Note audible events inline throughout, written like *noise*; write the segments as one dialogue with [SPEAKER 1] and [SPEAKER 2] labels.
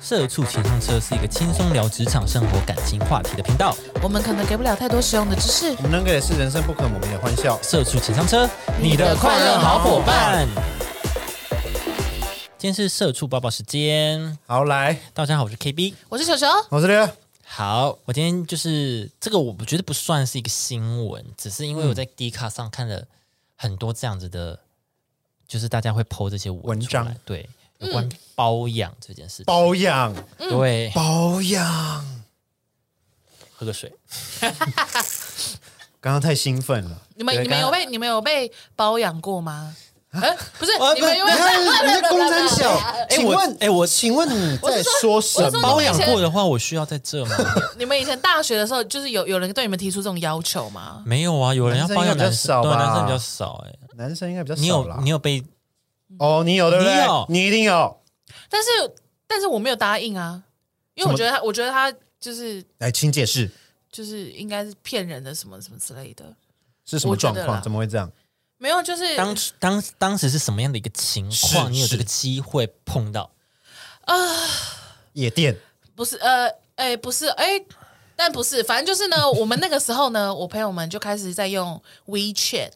[SPEAKER 1] 社畜情商车是一个轻松聊职场、生活、感情话题的频道。
[SPEAKER 2] 我们可能给不了太多实用的知识。
[SPEAKER 3] 我们能给的是人生不可磨灭的欢笑。
[SPEAKER 1] 社畜情商车，
[SPEAKER 2] 你的快乐好伙伴。
[SPEAKER 1] 今天是社畜抱抱时间，
[SPEAKER 3] 好，来，
[SPEAKER 1] 大家好，我是 KB。
[SPEAKER 2] 我是球球，
[SPEAKER 3] 我是刘。
[SPEAKER 1] 好，我今天就是这个，我觉得不算是一个新闻，只是因为我
[SPEAKER 3] 嗯
[SPEAKER 1] 在 D 卡上看了很多这样子的，就是大家会 PO 这些文
[SPEAKER 3] 文
[SPEAKER 1] 出来
[SPEAKER 3] 章，嗯
[SPEAKER 1] 对，有关包养这件事情。
[SPEAKER 3] 包养，
[SPEAKER 1] 对，
[SPEAKER 3] 包养。
[SPEAKER 1] 喝个水。
[SPEAKER 3] 刚刚太兴奋了，
[SPEAKER 2] 你们
[SPEAKER 3] 对
[SPEAKER 2] 你们有？被你们有被包养过
[SPEAKER 3] *laughs*
[SPEAKER 2] 吗？哎，不是，你们有没
[SPEAKER 3] 刚
[SPEAKER 2] 有 *laughs*
[SPEAKER 3] 刚你看你在公三小，请
[SPEAKER 1] 我
[SPEAKER 3] 问，
[SPEAKER 1] 哎我
[SPEAKER 3] 请问你在说什
[SPEAKER 2] 我是说
[SPEAKER 3] 么
[SPEAKER 1] 包？养过的话，我需要在这吗？
[SPEAKER 2] *laughs* 你们以前大学的时候，就是有有人对你们提出这种要求吗？
[SPEAKER 1] 没有啊，有人要包养男
[SPEAKER 3] 男生应
[SPEAKER 1] 生，
[SPEAKER 3] 该比较少
[SPEAKER 1] 对，啊
[SPEAKER 3] 吧
[SPEAKER 1] 男生比较少。哎，
[SPEAKER 3] 男生应该比较
[SPEAKER 1] 你
[SPEAKER 3] 少啦
[SPEAKER 1] 有你。有被
[SPEAKER 3] 哦，你有对不
[SPEAKER 1] 你有
[SPEAKER 3] 对？你一定有。
[SPEAKER 2] 但是但是我没有答应啊，因为我觉得他，我觉得他就是
[SPEAKER 3] 来，请解释
[SPEAKER 2] 就是应该是骗人的什么什么之类的。
[SPEAKER 3] 是什么状
[SPEAKER 2] 我觉得
[SPEAKER 3] 况？
[SPEAKER 2] 啦
[SPEAKER 3] 怎么会这样？
[SPEAKER 2] 没有，就是
[SPEAKER 1] 当当当时是什么样的一个情
[SPEAKER 3] 是
[SPEAKER 1] 况？你有这个
[SPEAKER 3] 是
[SPEAKER 1] 机会碰到？
[SPEAKER 3] 夜店
[SPEAKER 2] 不是呃，哎，不是哎。但不是，反正就是呢，我们那个时候呢，我朋友们就开始在用 WeChat，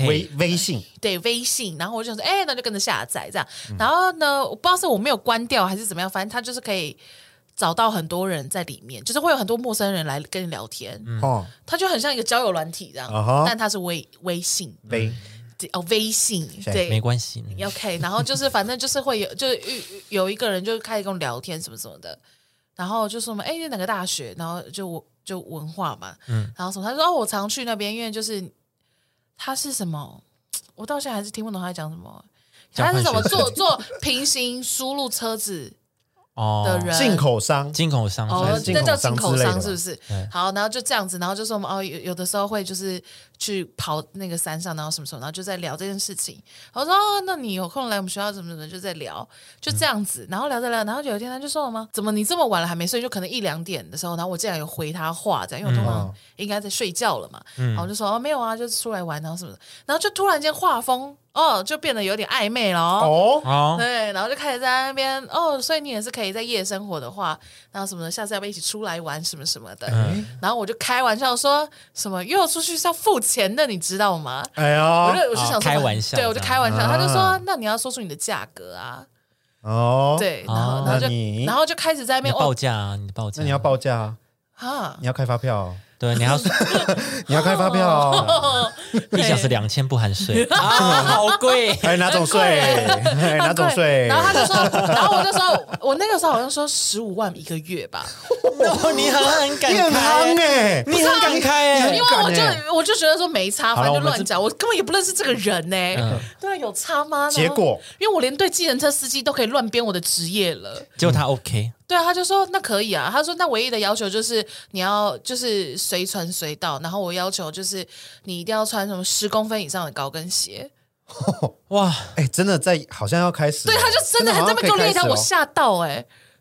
[SPEAKER 3] 微
[SPEAKER 1] 嘿，
[SPEAKER 3] 微信
[SPEAKER 2] 对微信，然后我就想说，哎、那就跟着下载这样。然后呢，我不知道是我没有关掉还是怎么样，反正他就是可以找到很多人在里面，就是会有很多陌生人来跟你聊天，
[SPEAKER 3] 哦，
[SPEAKER 2] 他就很像一个交友软体这样
[SPEAKER 3] 啊哈
[SPEAKER 2] 但他是微微信
[SPEAKER 3] 微
[SPEAKER 2] 对哦，微信
[SPEAKER 3] 谁
[SPEAKER 1] 没
[SPEAKER 2] 对。
[SPEAKER 1] 关系，嗯
[SPEAKER 2] OK，然后就是反正就是会有， *laughs* 就是有有一个人就开始跟我聊天什么什么的，然后就说嘛，哎，你哪个大学？然后就我就文化嘛，然后什么？他说哦，我常去那边，因为就是他是什么，我到现在还是听不懂他在讲什么。
[SPEAKER 1] 交
[SPEAKER 2] 他
[SPEAKER 1] 换
[SPEAKER 2] 是什么
[SPEAKER 1] 学生
[SPEAKER 2] 做做平行输入车子的
[SPEAKER 1] 哦，
[SPEAKER 2] 人？
[SPEAKER 3] 进口商
[SPEAKER 1] 进口商
[SPEAKER 2] 哦，
[SPEAKER 1] 算
[SPEAKER 3] 还
[SPEAKER 1] 是
[SPEAKER 3] 进
[SPEAKER 2] 那
[SPEAKER 3] 口
[SPEAKER 2] 叫进
[SPEAKER 3] 商
[SPEAKER 2] 口
[SPEAKER 3] 之类的
[SPEAKER 2] 商
[SPEAKER 3] 吧哎
[SPEAKER 2] 是不是
[SPEAKER 1] 对？
[SPEAKER 2] 好，然后就这样子，然后就说哦，有有的时候会就是去跑那个山上，然后什么什么，然后就在聊这件事情。我说哦，那你有空来我们学校怎么怎么，就在聊，就这样子，然后聊着聊，然后有一天他就说什么，怎么你这么晚了还没睡？就可能一两点的时候，然后我竟然有回他话，这样，因为我通常应该在睡觉了嘛，
[SPEAKER 3] 嗯
[SPEAKER 2] 然后我就说哦没有啊，就出来玩，然后什么的，然后就突然间画风哦就变得有点暧昧了哦
[SPEAKER 3] 哦，
[SPEAKER 1] 哦，
[SPEAKER 2] 对，然后就开始在那边哦，所以你也是可以在夜生活的话，然后什么的，下次要不要一起出来玩什么什么的？
[SPEAKER 1] 嗯
[SPEAKER 2] 然后我就开玩笑说什么约我出去是要付钱的，你知道吗？
[SPEAKER 3] 哎
[SPEAKER 2] 我
[SPEAKER 3] 呦，
[SPEAKER 2] 就我就
[SPEAKER 1] 哦
[SPEAKER 2] 想说
[SPEAKER 1] 开玩笑
[SPEAKER 2] 对我就
[SPEAKER 1] 这样
[SPEAKER 2] 开玩笑，他
[SPEAKER 3] 啊
[SPEAKER 2] 就说那你要说出你的价格啊，
[SPEAKER 3] 哦，，
[SPEAKER 2] 对，然后然后
[SPEAKER 3] 那
[SPEAKER 2] 就
[SPEAKER 3] 你
[SPEAKER 2] 然后就开始在那
[SPEAKER 1] 你
[SPEAKER 2] 边
[SPEAKER 1] 的报
[SPEAKER 2] 哦
[SPEAKER 1] 价啊，你的报价，
[SPEAKER 3] 那你要报价啊，
[SPEAKER 2] 哈
[SPEAKER 3] 你要开发票哦，
[SPEAKER 1] 对，你要
[SPEAKER 3] *laughs* 你要开发票哦。
[SPEAKER 2] 哦，
[SPEAKER 1] 一小时两千不含税啊，好贵。
[SPEAKER 3] *laughs* 哎，哪种税？哎，哪种
[SPEAKER 2] *laughs* 对
[SPEAKER 3] 税？
[SPEAKER 2] *laughs* 然后他就说，然后我就说我那个时候好像说十五万一个月吧，
[SPEAKER 1] *laughs* 哦，你好像很敢欸
[SPEAKER 3] 你很
[SPEAKER 1] 开
[SPEAKER 3] 夯，哎，
[SPEAKER 1] 你很敢开
[SPEAKER 3] 你很
[SPEAKER 1] 哎
[SPEAKER 2] *laughs* 因，为我
[SPEAKER 3] 很敢
[SPEAKER 2] 就我就觉得说没差，
[SPEAKER 3] 好
[SPEAKER 2] 反
[SPEAKER 3] 了
[SPEAKER 2] 正就
[SPEAKER 3] 我们
[SPEAKER 2] 乱
[SPEAKER 3] 这嗯
[SPEAKER 2] 讲，我根本也不认识这个人呢、对啊，有差吗？
[SPEAKER 3] 结果，
[SPEAKER 2] 因为我连对计程车司机都可以乱编我的职业了。
[SPEAKER 1] 结果他 OK，
[SPEAKER 2] 对啊，他就说那可以啊，他说那唯一的要求就是你要就是随传随到，然后我要求就是你一定要穿什么十公分以上的高跟鞋。
[SPEAKER 1] 哇，
[SPEAKER 3] 哎，真的在好像要开始了，
[SPEAKER 2] 对，他就真的还在那边给我列一条，我
[SPEAKER 3] 好像可以开始哦啊
[SPEAKER 2] 吓到哎、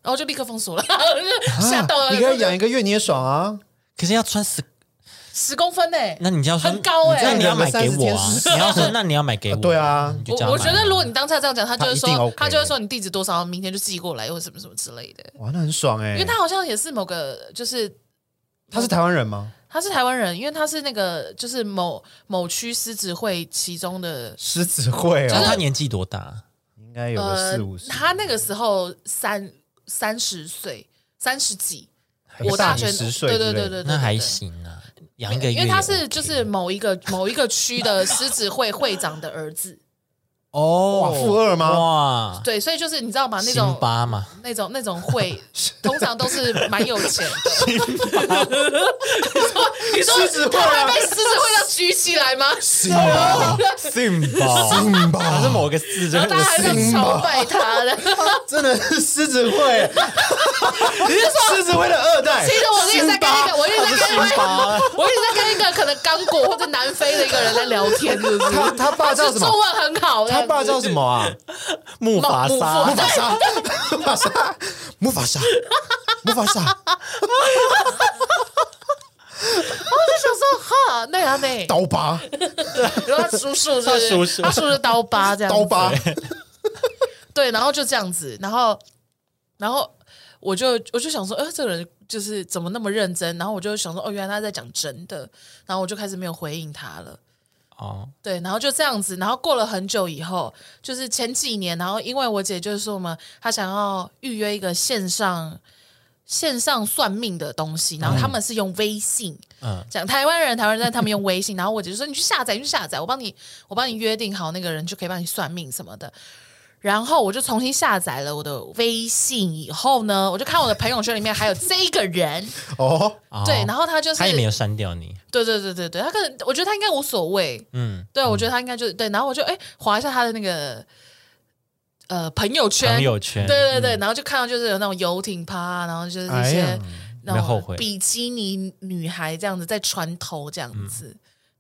[SPEAKER 2] 然后就立刻封锁了， *laughs* 我就吓到
[SPEAKER 3] 哦
[SPEAKER 2] 了。
[SPEAKER 3] 你可以养一个月，你也爽啊！
[SPEAKER 1] 可是要穿十，
[SPEAKER 2] 十公分哎、
[SPEAKER 1] 那你就要说
[SPEAKER 2] 很高哎
[SPEAKER 1] 那你要买给我啊，
[SPEAKER 3] 30
[SPEAKER 1] 你要说那你要买给我，
[SPEAKER 3] *laughs* 对，啊，
[SPEAKER 1] 你就叫他
[SPEAKER 2] 我我
[SPEAKER 1] 买
[SPEAKER 2] 觉得如果你当下这样讲，他就
[SPEAKER 3] 他
[SPEAKER 2] 会
[SPEAKER 3] 一
[SPEAKER 2] 说，
[SPEAKER 3] 定 OK
[SPEAKER 2] 他就会说你地址多少，明天就寄过来，或什么什么之类的。
[SPEAKER 3] 哇，那很爽哎！
[SPEAKER 2] 因为他好像也是某个，就是
[SPEAKER 3] 他是台湾人吗？
[SPEAKER 2] 他是台湾人，因为他是那个就是某某区狮子会其中的，
[SPEAKER 3] 狮子
[SPEAKER 2] 啊
[SPEAKER 3] 会
[SPEAKER 1] 那他
[SPEAKER 3] 哦，
[SPEAKER 1] 年纪多大？
[SPEAKER 3] 应该有
[SPEAKER 2] 呃
[SPEAKER 3] 个四五十。
[SPEAKER 2] 他那个时候三三十岁，三十几，
[SPEAKER 3] 还
[SPEAKER 2] 我大
[SPEAKER 3] 大
[SPEAKER 2] 学
[SPEAKER 3] 你十岁
[SPEAKER 2] 对
[SPEAKER 3] 之类
[SPEAKER 2] 对对
[SPEAKER 3] 的，
[SPEAKER 2] 对对，
[SPEAKER 1] 那
[SPEAKER 2] 对
[SPEAKER 1] 还
[SPEAKER 2] 对
[SPEAKER 1] 行啊，养一个月也 OK，
[SPEAKER 2] 因为他是就是某一个某一个区的狮子会会长的儿子，
[SPEAKER 1] 哦，
[SPEAKER 3] 哇富二吗
[SPEAKER 1] 哇，
[SPEAKER 2] 对，所以就是你知道吗？那
[SPEAKER 1] 辛
[SPEAKER 2] 种
[SPEAKER 1] 巴嘛，
[SPEAKER 2] 那种那种
[SPEAKER 3] *laughs*
[SPEAKER 2] 会，通常都是蛮有钱的。你说
[SPEAKER 3] 狮子会啊
[SPEAKER 2] 他会被狮子会这样举起来吗？
[SPEAKER 3] 辛巴，
[SPEAKER 1] *laughs* 辛巴，
[SPEAKER 3] 辛
[SPEAKER 1] 他是
[SPEAKER 3] 巴，
[SPEAKER 1] 某个字，就
[SPEAKER 2] 然后大家还
[SPEAKER 1] 是
[SPEAKER 2] 在朝拜他的。
[SPEAKER 3] 真的是狮
[SPEAKER 2] *laughs*
[SPEAKER 3] 子会，你是狮子会的二代？
[SPEAKER 2] 其实我一直在跟一个，
[SPEAKER 3] 辛巴
[SPEAKER 2] 我一直在跟
[SPEAKER 1] 辛
[SPEAKER 2] 一个，
[SPEAKER 1] 巴，
[SPEAKER 2] 我一直在跟一个可能刚果或者南非的一个人在聊天，是不是？
[SPEAKER 3] 他他爸叫什
[SPEAKER 2] 中
[SPEAKER 3] 么？
[SPEAKER 2] 文很好，
[SPEAKER 3] 他爸叫什么啊？
[SPEAKER 1] 木法
[SPEAKER 2] 木
[SPEAKER 1] 沙
[SPEAKER 2] 木法，
[SPEAKER 3] 沙，木法沙，
[SPEAKER 2] *laughs*
[SPEAKER 3] 木法沙，木法沙，
[SPEAKER 2] 我就想说哈，那样那，
[SPEAKER 3] 刀疤，
[SPEAKER 2] 然后他叔叔是不
[SPEAKER 1] 他叔叔
[SPEAKER 2] 是他叔叔刀疤这样子，
[SPEAKER 3] 刀疤，
[SPEAKER 2] 对，然后就这样子，然后然后我就我就想说，呃，这个人就是怎么那么认真？然后我就想说，哦，原来他在讲真的。然后我就开始没有回应他了。
[SPEAKER 1] 哦，
[SPEAKER 2] 对，然后就这样子，然后过了很久以后，就是前几年，然后因为我姐就是说嘛，她想要预约一个线上线上算命的东西，然后他们是用微信，
[SPEAKER 1] 嗯
[SPEAKER 2] 讲台湾人，台湾人，但他们用微信，然后我姐就说你去下载，你去下载，我帮你，我帮你约定好那个人，就可以帮你算命什么的。然后我就重新下载了我的微信，以后呢，我就看我的朋友圈里面还有这个人，
[SPEAKER 3] 哦，
[SPEAKER 1] 哦
[SPEAKER 2] 对，然后他就是
[SPEAKER 1] 他也没有删掉你，
[SPEAKER 2] 对对对对对，他可能我觉得他应该无所谓，
[SPEAKER 1] 嗯，
[SPEAKER 2] 对，我觉得他应该就是对，然后我就哎划一下他的那个呃朋友圈，
[SPEAKER 1] 朋友圈，
[SPEAKER 2] 对对对，然后就看到就是有那种游艇趴，啊然后就是一
[SPEAKER 3] 嗯哎
[SPEAKER 2] 些
[SPEAKER 3] 呀
[SPEAKER 2] 那
[SPEAKER 1] 没后
[SPEAKER 2] 种
[SPEAKER 1] 悔
[SPEAKER 2] 比基尼女孩这样子在船头这
[SPEAKER 3] 嗯
[SPEAKER 2] 样子，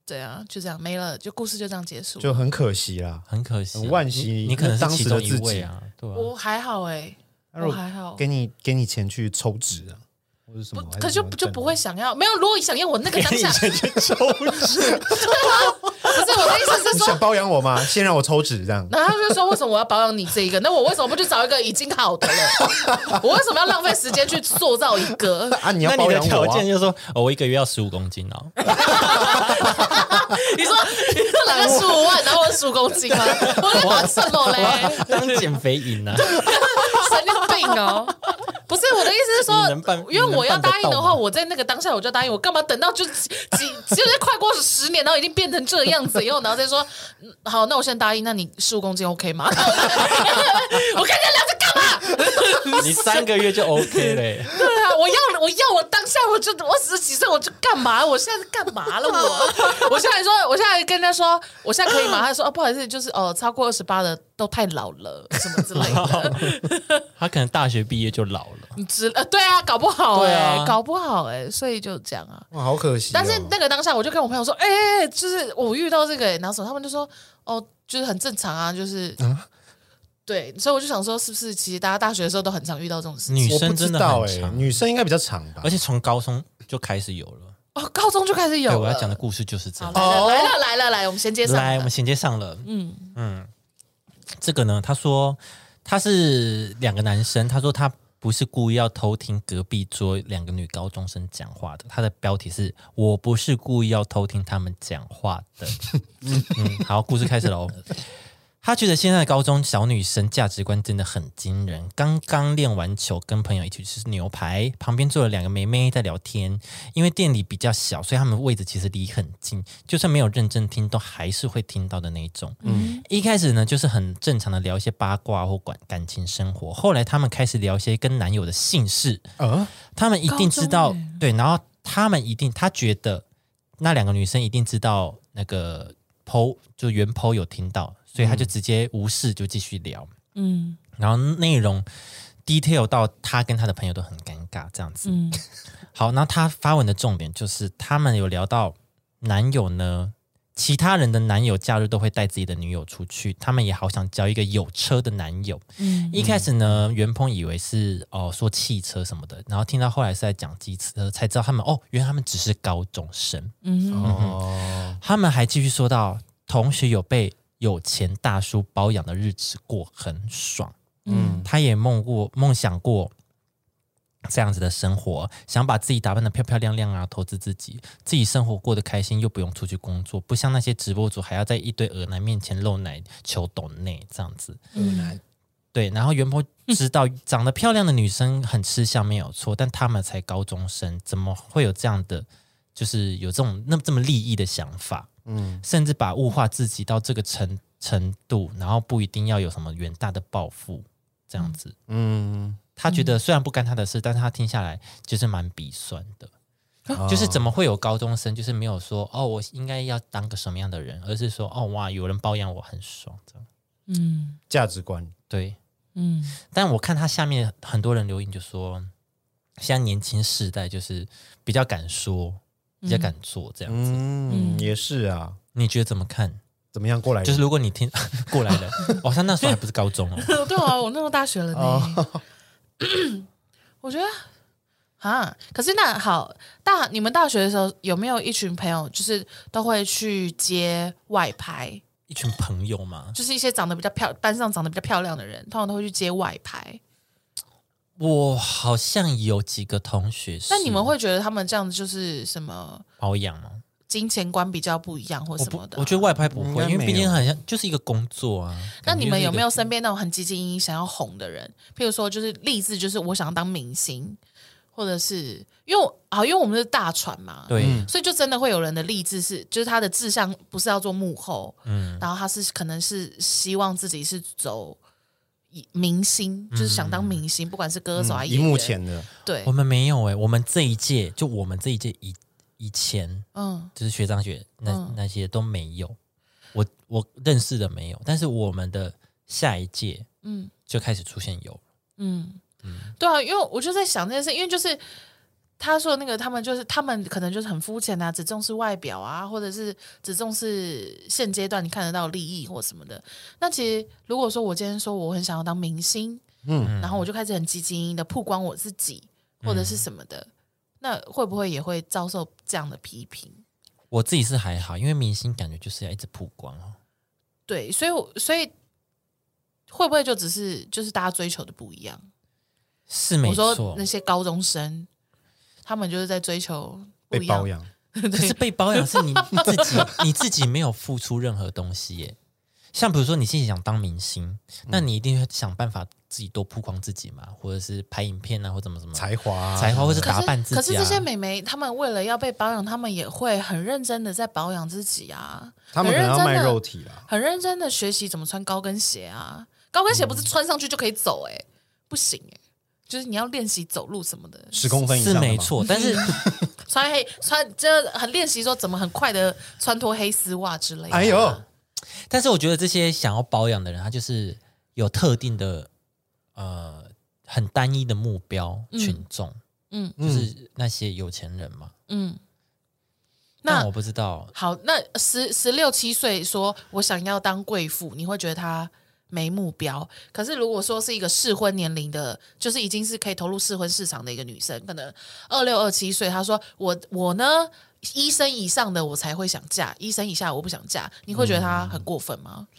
[SPEAKER 2] 对啊，就这样没了，就故事就这样结束。
[SPEAKER 3] 就很可惜啦。
[SPEAKER 1] 很可惜啊，
[SPEAKER 3] 很惋惜
[SPEAKER 1] 你你可能是
[SPEAKER 3] 当时
[SPEAKER 1] 其
[SPEAKER 3] 的
[SPEAKER 1] 中一
[SPEAKER 3] 自己
[SPEAKER 1] 位啊，对啊，
[SPEAKER 2] 我还好哎、
[SPEAKER 3] 那
[SPEAKER 2] 我
[SPEAKER 3] 如果
[SPEAKER 2] 还好，
[SPEAKER 3] 给你给你钱去抽脂啊，或者什么，还
[SPEAKER 2] 可
[SPEAKER 3] 是
[SPEAKER 2] 就
[SPEAKER 3] 什么
[SPEAKER 2] 就
[SPEAKER 3] 证
[SPEAKER 2] 不会想要，没有。如果想要我那个当下，不
[SPEAKER 3] *laughs* 去
[SPEAKER 2] *laughs*
[SPEAKER 3] 抽脂，
[SPEAKER 2] 是我的意思是
[SPEAKER 3] 你
[SPEAKER 2] 说
[SPEAKER 3] 想，包养
[SPEAKER 2] *laughs*
[SPEAKER 3] 我吗？先让我抽脂这样。
[SPEAKER 2] 然后他就说：“为什么我要保养你这一个？那我为什么不去找一个已经好的了？我为什么要浪费时间去塑造一个？
[SPEAKER 3] 啊，你
[SPEAKER 1] 那
[SPEAKER 3] 要
[SPEAKER 1] 你
[SPEAKER 3] 包
[SPEAKER 1] 的
[SPEAKER 3] 养
[SPEAKER 1] 条
[SPEAKER 3] 我啊
[SPEAKER 1] 件？就是说，哦，我一个月要十五公斤哦， *laughs*
[SPEAKER 2] 你说你说拿个十五万，然后我十五公斤吗？我在玩什么嘞？
[SPEAKER 1] 当减肥营
[SPEAKER 2] *laughs*
[SPEAKER 1] 啊，
[SPEAKER 2] 神经病哦！不是我的意思是
[SPEAKER 1] 你能办
[SPEAKER 2] 说，因为我要答
[SPEAKER 1] 你能办
[SPEAKER 2] 应的
[SPEAKER 1] 得到
[SPEAKER 2] 话，
[SPEAKER 1] 吗
[SPEAKER 2] 我在那个当下我就答应，我干嘛等到就几几就是快过十年，然后已经变成这样子以后，然后再说嗯好，那我现在答应，那你十五公斤 OK 吗？ *laughs* 我跟人聊这干嘛？
[SPEAKER 1] 你三个月就 OK 嘞，
[SPEAKER 2] 对啊，我要我要我当下我就我十几岁我就干嘛？我现在是干嘛了？我 *laughs* 我现在说我现在跟他说我现在可以吗？他说哦不好意思，就是哦超过二十八的都太老了什么之类
[SPEAKER 1] *laughs*
[SPEAKER 2] 的。
[SPEAKER 1] 他可能大学毕业就老了，
[SPEAKER 2] 你知呃，对啊，搞不好
[SPEAKER 1] 对
[SPEAKER 2] 哎、
[SPEAKER 1] 啊
[SPEAKER 2] 搞不好哎、所以就这样啊。
[SPEAKER 3] 哇，好可惜哦。
[SPEAKER 2] 但是那个当下，我就跟我朋友说，哎、就是我遇到这个、欸，然后什么，他们就说，哦，就是很正常啊，就是，
[SPEAKER 1] 嗯
[SPEAKER 2] 对，所以我就想说，是不是其实大家大学的时候都很常遇到这种事情？
[SPEAKER 1] 女
[SPEAKER 3] 我
[SPEAKER 1] 生
[SPEAKER 3] 不知
[SPEAKER 1] 真的
[SPEAKER 3] 道
[SPEAKER 1] 很
[SPEAKER 3] 哎，
[SPEAKER 1] 长，啊
[SPEAKER 3] 女生应该比较长吧
[SPEAKER 1] 而？且从高中就开始有了。
[SPEAKER 2] 哦，高中就开始有
[SPEAKER 1] 对，
[SPEAKER 2] 了。
[SPEAKER 1] 我要讲的故事就是这样。
[SPEAKER 2] 好来了来了来了来了，我们衔接上
[SPEAKER 1] 来，我
[SPEAKER 2] 了
[SPEAKER 1] 们衔接上了。嗯嗯，这个呢，他说他是两个男生，他说他不是故意要偷听隔壁桌两个女高中生讲话的。他的标题是“我不是故意要偷听他们讲话
[SPEAKER 2] *laughs*
[SPEAKER 1] 的”。嗯，好，故事开始喽。他觉得现在的高中小女生价值观真的很惊人。刚刚练完球，跟朋友一起去吃牛排，旁边坐了两个妹妹在聊天。因为店里比较小，所以他们位置其实离很近，就算没有认真听，都还是会听到的那一种。嗯，一开始呢，就是很正常的聊一些八卦或感感情生活。后来他们开始聊一些跟男友的姓氏，
[SPEAKER 3] 啊，
[SPEAKER 1] 他们一定知道
[SPEAKER 2] 高中欸
[SPEAKER 1] 对，然后他们一定他觉得那两个女生一定知道那个 PO 就原 PO 有听到，所以他就直接无视就继续聊，
[SPEAKER 2] 嗯
[SPEAKER 1] 然后内容 detail 到他跟他的朋友都很尴尬这样子。
[SPEAKER 2] 嗯
[SPEAKER 1] 好，那他发文的重点就是他们有聊到男友呢，其他人的男友假日都会带自己的女友出去，他们也好想交一个有车的男友。
[SPEAKER 2] 嗯，
[SPEAKER 1] 一开始呢，袁鹏以为是哦说汽车什么的，然后听到后来是在讲机车，才知道他们哦，原来他们只是高中生。
[SPEAKER 2] 嗯
[SPEAKER 3] 哦，
[SPEAKER 1] 他们还继续说到，同学有被有钱大叔包养的日子过很爽。
[SPEAKER 2] 嗯
[SPEAKER 1] 他也梦过梦想过这样子的生活，想把自己打扮的漂漂亮亮啊，投资自己，自己生活过得开心，又不用出去工作，不像那些直播主还要在一堆恶男面前露奶求抖内这样子。
[SPEAKER 2] 嗯
[SPEAKER 1] 对，然后袁波知道长得漂亮的女生很吃香没有错，但他们才高中生，怎么会有这样的就是有这种那这么利益的想法？嗯，甚至把物化自己到这个程程度，然后不一定要有什么远大的抱负，这样子。
[SPEAKER 3] 嗯，
[SPEAKER 1] 他觉得虽然不干他的事，但是他听下来就是蛮鼻酸的。
[SPEAKER 3] 哦
[SPEAKER 1] 啊就是
[SPEAKER 3] 啊
[SPEAKER 1] 怎么会有高中生，就是没有说哦，我应该要当个什么样的人，而是说哦哇，有人包养我很爽这样。
[SPEAKER 2] 嗯
[SPEAKER 3] 价值观？
[SPEAKER 1] 对，
[SPEAKER 2] 嗯
[SPEAKER 1] 但我看他下面很多人留言就说，现在年轻世代就是比较敢说，
[SPEAKER 2] 嗯
[SPEAKER 1] 比较敢做这样子。
[SPEAKER 3] 嗯，也是啊。
[SPEAKER 1] 你觉得怎么看？
[SPEAKER 3] 怎么样过来人？
[SPEAKER 1] 就是如果你听 *laughs* 过来了，哦，他那时候还不是高中哦，
[SPEAKER 2] 对啊，我那时候大学了呢。我觉得啊，可是那好，大你们大学的时候有没有一群朋友，就是都会去接外拍，
[SPEAKER 1] 一群朋友嘛，
[SPEAKER 2] 就是一些长得比较漂班上长得比较漂亮的人，通常都会去接外拍。
[SPEAKER 1] 我好像有几个同学是，
[SPEAKER 2] 那你们会觉得他们这样子就是什么
[SPEAKER 1] 包养吗？
[SPEAKER 2] 金钱观比较不一样或
[SPEAKER 1] 我
[SPEAKER 2] 什
[SPEAKER 1] 不
[SPEAKER 2] 么，的？啊
[SPEAKER 1] 我觉得外拍不
[SPEAKER 3] 应
[SPEAKER 1] 会，
[SPEAKER 3] 该
[SPEAKER 1] 因为毕
[SPEAKER 3] 没
[SPEAKER 1] 竟
[SPEAKER 3] 有
[SPEAKER 1] 好像就是一个工作啊。
[SPEAKER 2] 那
[SPEAKER 1] 感觉
[SPEAKER 2] 你们
[SPEAKER 1] 就是一
[SPEAKER 2] 有
[SPEAKER 1] 个
[SPEAKER 2] 没有身边那种很积极营营想要红的人？譬如说，就是例子，就是我想要当明星，或者是因为我啊，因为我们是大船嘛，，
[SPEAKER 1] 对？
[SPEAKER 3] 嗯
[SPEAKER 2] 所以就真的会有人的励志是，就是他的志向不是要做幕后，嗯，然后他是可能是希望自己是走明星，
[SPEAKER 1] 嗯
[SPEAKER 2] 就是想当明星，不管是歌手还是
[SPEAKER 3] 一
[SPEAKER 2] 演员
[SPEAKER 3] 嗯幕，前的，
[SPEAKER 2] 对
[SPEAKER 1] 我，们没有哎、我们这一届就我们这一届以以前
[SPEAKER 2] 嗯，
[SPEAKER 1] 就是学长学那、
[SPEAKER 2] 嗯
[SPEAKER 1] 那些都没有，我我认识的没有，但是我们的下一届
[SPEAKER 2] 嗯
[SPEAKER 1] 嗯就开始出现有，
[SPEAKER 2] 嗯，对啊，因为我就在想这件事，因为就是他说那个他们就是他们可能就是很肤浅啊，只重视外表啊，或者是只重视现阶段你看得到的利益或什么的。那其实如果说我今天说我很想要当明星，嗯，然后我就开始很积极的曝光我自己或者是什么的，那会不会也会遭受这样的批评？
[SPEAKER 1] 我自己是还好，因为明星感觉就是要一直曝光哦。
[SPEAKER 2] 对，所以我所以会不会就只是就是大家追求的不一样？
[SPEAKER 1] 是没
[SPEAKER 2] 我
[SPEAKER 1] 错
[SPEAKER 2] 说那，些高中生，他们就是在追求不
[SPEAKER 3] 被
[SPEAKER 2] 一样
[SPEAKER 3] 包，养，
[SPEAKER 1] 可是
[SPEAKER 2] *laughs* 对，
[SPEAKER 1] 被包养是
[SPEAKER 2] *laughs*
[SPEAKER 1] 你自己，你自己没有付出任何东西耶。像比如说你自己想当明星，那
[SPEAKER 2] 嗯
[SPEAKER 1] 你一定会想办法自己多曝光自己嘛，或者是拍影片啊，或怎么怎么
[SPEAKER 3] 才华啊
[SPEAKER 1] 才华，或是
[SPEAKER 2] 可
[SPEAKER 1] 打
[SPEAKER 2] 是
[SPEAKER 1] 扮自己、啊
[SPEAKER 2] 可是这些美眉，她们为了要被保养，她们也会很认真的在保养自己啊，
[SPEAKER 3] 他们可能要卖
[SPEAKER 2] 很认真地
[SPEAKER 3] 肉体啦，
[SPEAKER 2] 很认真的学习怎么穿高跟鞋啊。高跟鞋
[SPEAKER 1] 嗯
[SPEAKER 2] 不是穿上去就可以走、欸，哎、不行哎、就是你要练习走路什么的，
[SPEAKER 3] 十公分以上
[SPEAKER 1] 是
[SPEAKER 3] 的嘛
[SPEAKER 1] 没，错，但
[SPEAKER 2] *laughs*
[SPEAKER 1] 是
[SPEAKER 2] 穿黑穿这很练习说怎么很快的穿脱黑丝袜之类的啊。
[SPEAKER 3] 哎呦，
[SPEAKER 1] 但是我觉得这些想要保养的人，他就是有特定的呃很单一的目标群众，
[SPEAKER 2] 嗯
[SPEAKER 1] 就是那些有钱人嘛。
[SPEAKER 2] 嗯，
[SPEAKER 1] 但
[SPEAKER 2] 那
[SPEAKER 1] 我不知道，
[SPEAKER 2] 好，那十十六七岁说我想要当贵妇，你会觉得她没目标。可是如果说是一个适婚年龄的，就是已经是可以投入适婚市场的一个女生，可能二六二七岁，她说我我呢医生以上的我才会想嫁，医生以下我不想嫁，你会觉得她很过分吗？